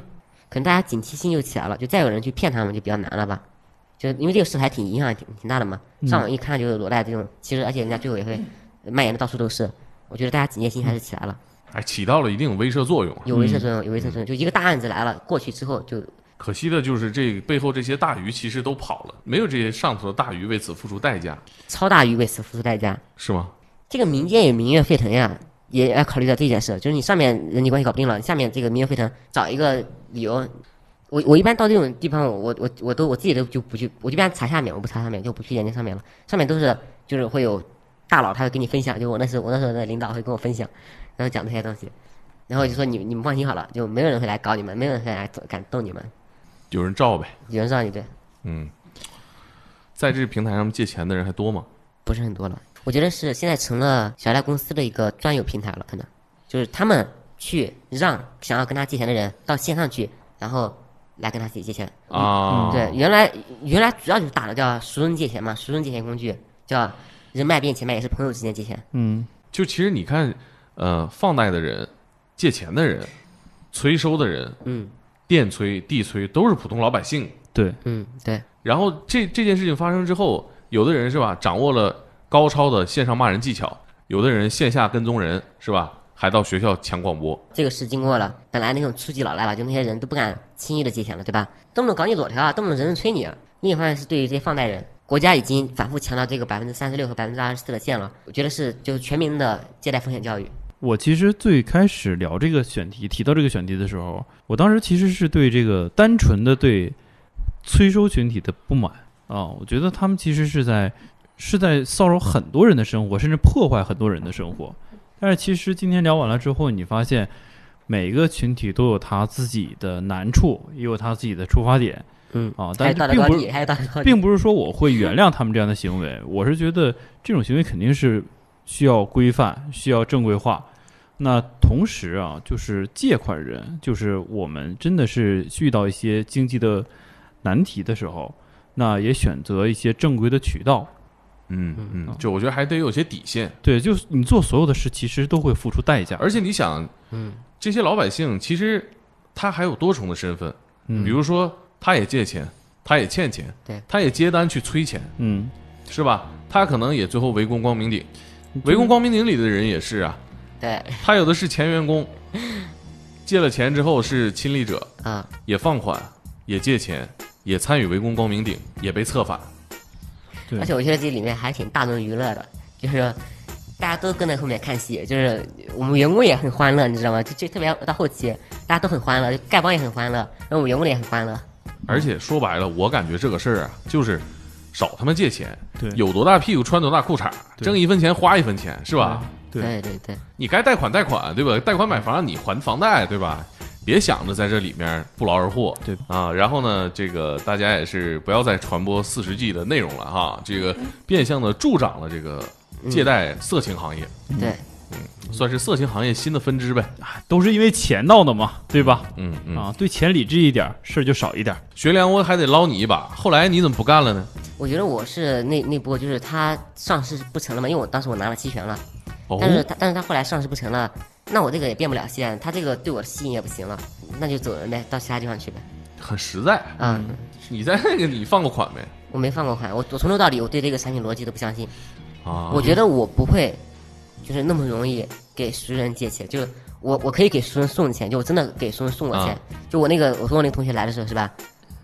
[SPEAKER 4] 可能大家警惕性就起来了，就再有人去骗他们就比较难了吧？就因为这个事还挺影响挺挺大的嘛。上网一看就是裸贷这种，其实而且人家最后也会嗯蔓延的到处都是。我觉得大家警戒心还是起来了，
[SPEAKER 1] 哎，起到了一定威慑作用啊。
[SPEAKER 4] 有威慑作用，有威慑作用。就一个大案子来了，过去之后就
[SPEAKER 1] 可惜的就是，这背后这些大鱼其实都跑了，没有这些上头的大鱼为此付出代价，
[SPEAKER 4] 超大于为此付出代价。
[SPEAKER 1] 是吗？
[SPEAKER 4] 这个民间也民怨沸腾呀，也要考虑到这件事，就是你上面人际关系搞不定了，你下面这个民约会谈找一个理由。我我一般到这种地方，我我我都我自己都就不去，我一般查下面，我不查上面，就不去研究上面了。上面都是就是会有大佬，他会跟你分享，就我那时候我那时候的领导会跟我分享，然后讲这些东西，然后就说你你们放心好了，就没有人会来搞你们，没有人会来敢动你们，
[SPEAKER 1] 有人照呗。
[SPEAKER 4] 有人让你对，
[SPEAKER 1] 嗯，在这平台上借钱的人还多吗？
[SPEAKER 4] 不是很多了。我觉得是现在成了小赖公司的一个专有平台了，可能就是他们去让想要跟他借钱的人到线上去，然后来跟他自己借钱。
[SPEAKER 1] 啊，
[SPEAKER 4] 对，原来原来主要就是打的叫熟人借钱嘛，熟人借钱工具叫人脉变钱脉，也是朋友之间借钱。
[SPEAKER 5] 嗯，
[SPEAKER 1] 就其实你看，呃，放贷的人、借钱的人、催收的人、
[SPEAKER 4] 嗯
[SPEAKER 1] 电催、地催都是普通老百姓。
[SPEAKER 5] 对，
[SPEAKER 4] 嗯，对，
[SPEAKER 1] 然后这这件事情发生之后，有的人是吧，掌握了高超的线上骂人技巧，有的人线下跟踪人是吧，还到学校抢广播。
[SPEAKER 4] 这个事经过了，本来那种初级老赖吧，就那些人都不敢轻易的借钱了，对吧？动不动搞你裸条啊，动不动人人催你。另一方面是对于这些放贷人，国家已经反复强调这个百分之三十六和百分之二十四的线了，我觉得是就是全民的借贷风险教育。
[SPEAKER 5] 我其实最开始聊这个选题，提到这个选题的时候，我当时其实是对这个单纯的对催收群体的不满啊，我觉得他们其实是在是在骚扰很多人的生活，甚至破坏很多人的生活。但是其实今天聊完了之后，你发现每个群体都有他自己的难处，也有他自己的出发点
[SPEAKER 4] 嗯，
[SPEAKER 5] 啊，
[SPEAKER 4] 还
[SPEAKER 5] 但
[SPEAKER 4] 有道德
[SPEAKER 5] 是并
[SPEAKER 4] 高
[SPEAKER 5] 不
[SPEAKER 4] 地，
[SPEAKER 5] 是
[SPEAKER 4] 还有道德高地，
[SPEAKER 5] 并不是说我会原谅他们这样的行为，我是觉得这种行为肯定是需要规范、需要正规化。那同时啊，就是借款人，就是我们真的是遇到一些经济的难题的时候，那也选择一些正规的渠道。
[SPEAKER 1] 嗯
[SPEAKER 4] 哦
[SPEAKER 1] 嗯，就我觉得还得有些底线。
[SPEAKER 5] 对，就是你做所有的事，其实都会付出代价。
[SPEAKER 1] 而且你想，
[SPEAKER 4] 嗯，
[SPEAKER 1] 这些老百姓其实他还有多重的身份，
[SPEAKER 5] 嗯
[SPEAKER 1] 比如说他也借钱，他也欠钱，
[SPEAKER 4] 对，
[SPEAKER 1] 他也接单去催钱，
[SPEAKER 5] 嗯，
[SPEAKER 1] 是吧？他可能也最后围攻光明顶，围攻光明顶里的人也是啊，
[SPEAKER 4] 对啊、
[SPEAKER 1] 他有的是前员工，借了钱之后是亲历者，
[SPEAKER 4] 啊
[SPEAKER 1] 也放款，也借钱，也参与围攻光明顶，也被策反。
[SPEAKER 5] 嗯对
[SPEAKER 4] 而且我觉得这里面还挺大众娱乐的，就是大家都跟在后面看戏，就是我们员工也很欢乐，你知道吗？就就特别到后期，大家都很欢乐，就丐帮也很欢乐，然后我们员工也很欢乐。
[SPEAKER 1] 而且说白了，我感觉这个事儿啊，就是少他妈借钱，
[SPEAKER 5] 对
[SPEAKER 1] 有多大屁股穿多大裤衩，
[SPEAKER 5] 对
[SPEAKER 1] 挣一分钱花一分钱，是吧？
[SPEAKER 5] 对
[SPEAKER 4] 对对对，
[SPEAKER 1] 你该贷款贷款，对吧？贷款买房你还房贷，对吧？别想着在这里面不劳而获，
[SPEAKER 5] 对
[SPEAKER 1] 啊。然后呢，这个大家也是不要再传播四十 G 的内容了哈，这个变相的助长了这个
[SPEAKER 5] 嗯
[SPEAKER 1] 借贷色情行业，
[SPEAKER 4] 对，
[SPEAKER 1] 算是色情行业新的分支呗。
[SPEAKER 5] 都是因为钱闹的嘛，对吧？
[SPEAKER 1] 嗯嗯，
[SPEAKER 5] 啊，对钱理智一点，事儿就少一点。
[SPEAKER 1] 学良我还得捞你一把，后来你怎么不干了呢？
[SPEAKER 4] 我觉得我是那那波，就是他上市不成了嘛，因为我当时我拿了期权了，
[SPEAKER 1] 哦，
[SPEAKER 4] 但是他但是他后来上市不成了，那我这个也变不了现，他这个对我的吸引也不行了，那就走人呗，到其他地方去呗。
[SPEAKER 1] 很实在。
[SPEAKER 4] 嗯，
[SPEAKER 1] 你在那个你放过款没？
[SPEAKER 4] 我没放过款，我我从头到底我对这个产品逻辑都不相信。
[SPEAKER 1] 啊，
[SPEAKER 4] 我觉得我不会，就是那么容易给熟人借钱，就是我我可以给熟人送钱，就我真的给熟人送过钱，
[SPEAKER 5] 啊
[SPEAKER 4] 就我那个我说我那个同学来的时候是吧，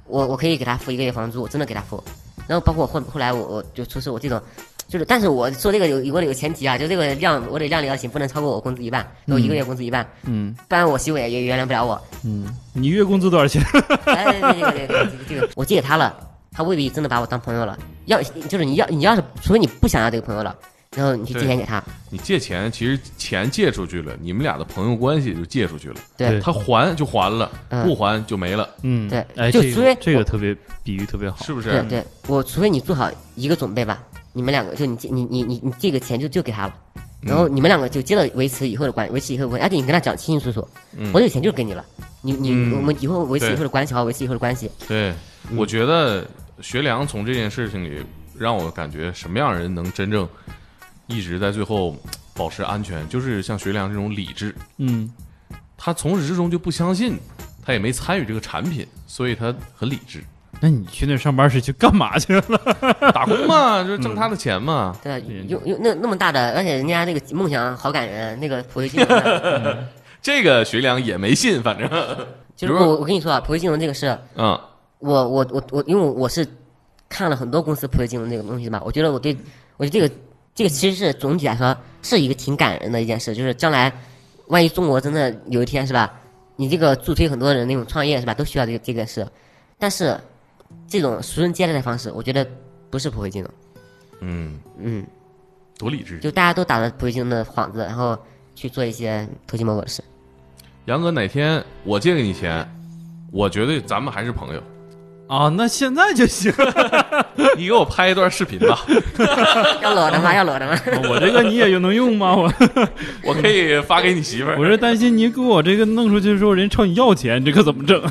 [SPEAKER 4] 我我可以给他付一个月房租，我真的给他付，然后包括后后来我我就出售我这种，就是但是我做这个有有个有前提啊，就这个量我得量力而行，不能超过我工资一半，我一个月工资一半，
[SPEAKER 5] 嗯
[SPEAKER 4] 不然我媳妇也也原谅不了我。
[SPEAKER 5] 嗯，你月工资多少钱？
[SPEAKER 4] 哎，对对对对对对这个我借给他了，他未必真的把我当朋友了，要就是你要你要是除非你不想要这个朋友了，然后你去借钱给他。
[SPEAKER 1] 你借钱，其实钱借出去了，你们俩的朋友关系就借出去了。
[SPEAKER 4] 对
[SPEAKER 5] 对
[SPEAKER 1] 他还就还了，
[SPEAKER 4] 嗯
[SPEAKER 1] 不还就没了，
[SPEAKER 5] 嗯，
[SPEAKER 4] 对
[SPEAKER 5] 哎，
[SPEAKER 4] 就
[SPEAKER 5] 这
[SPEAKER 4] 除
[SPEAKER 5] 个
[SPEAKER 4] 非
[SPEAKER 5] 这个
[SPEAKER 4] 我
[SPEAKER 5] 特别比喻特别好，
[SPEAKER 1] 是不
[SPEAKER 4] 对
[SPEAKER 1] 是？
[SPEAKER 4] 对，我除非你做好一个准备吧，你们两个就你借你你你你这个钱就就给他了，
[SPEAKER 1] 嗯
[SPEAKER 4] 然后你们两个就接着维持以后的关维持以后的关系，而且你跟他讲清清楚楚，我这个钱就是给你了，你你、
[SPEAKER 1] 嗯
[SPEAKER 4] 我们以后维持
[SPEAKER 1] 对
[SPEAKER 4] 以后的关系好，维持以后的关系，
[SPEAKER 1] 对，我觉得学良从这件事情里让我感觉什么样人能真正一直在最后保持安全，就是像学良这种理智，
[SPEAKER 5] 嗯，
[SPEAKER 1] 他从始至终就不相信，他也没参与这个产品，所以他很理智，
[SPEAKER 5] 那你去那上班是去干嘛去了？
[SPEAKER 1] 打工嘛，就是挣他的钱嘛。
[SPEAKER 4] 对吧？
[SPEAKER 5] 对
[SPEAKER 4] 有有那那么大的，而且人家那个梦想好感人，那个普惠金 融的，
[SPEAKER 1] 这个学良也没信，反正，
[SPEAKER 4] 就是
[SPEAKER 1] 比如
[SPEAKER 4] 我我跟你说啊，普惠金融这个事，
[SPEAKER 1] 嗯
[SPEAKER 4] 我我我我，因为我是看了很多公司普惠金融这个东西嘛，我觉得我对我对这个这个其实是总体来说是一个挺感人的一件事，就是将来万一中国真的有一天是吧，你这个助推很多人那种创业是吧，都需要这个这个事，但是这种熟人接待的方式，我觉得不是普惠金融，
[SPEAKER 1] 嗯，
[SPEAKER 4] 嗯，
[SPEAKER 1] 多理智。
[SPEAKER 4] 就大家都打着普惠金融的幌子，然后去做一些偷鸡摸狗的事。
[SPEAKER 1] 杨哥，哪天我借给你钱，我觉得咱们还是朋友。
[SPEAKER 5] 啊，那现在就 行。
[SPEAKER 1] 你给我拍一段视频吧，
[SPEAKER 4] 要裸的吗？要裸的吗？
[SPEAKER 5] 我这个你也能用吗？ 我
[SPEAKER 1] 我可以发给你媳妇儿。
[SPEAKER 5] 我是担心你给我这个弄出去之后，人朝你要钱，这可怎么整？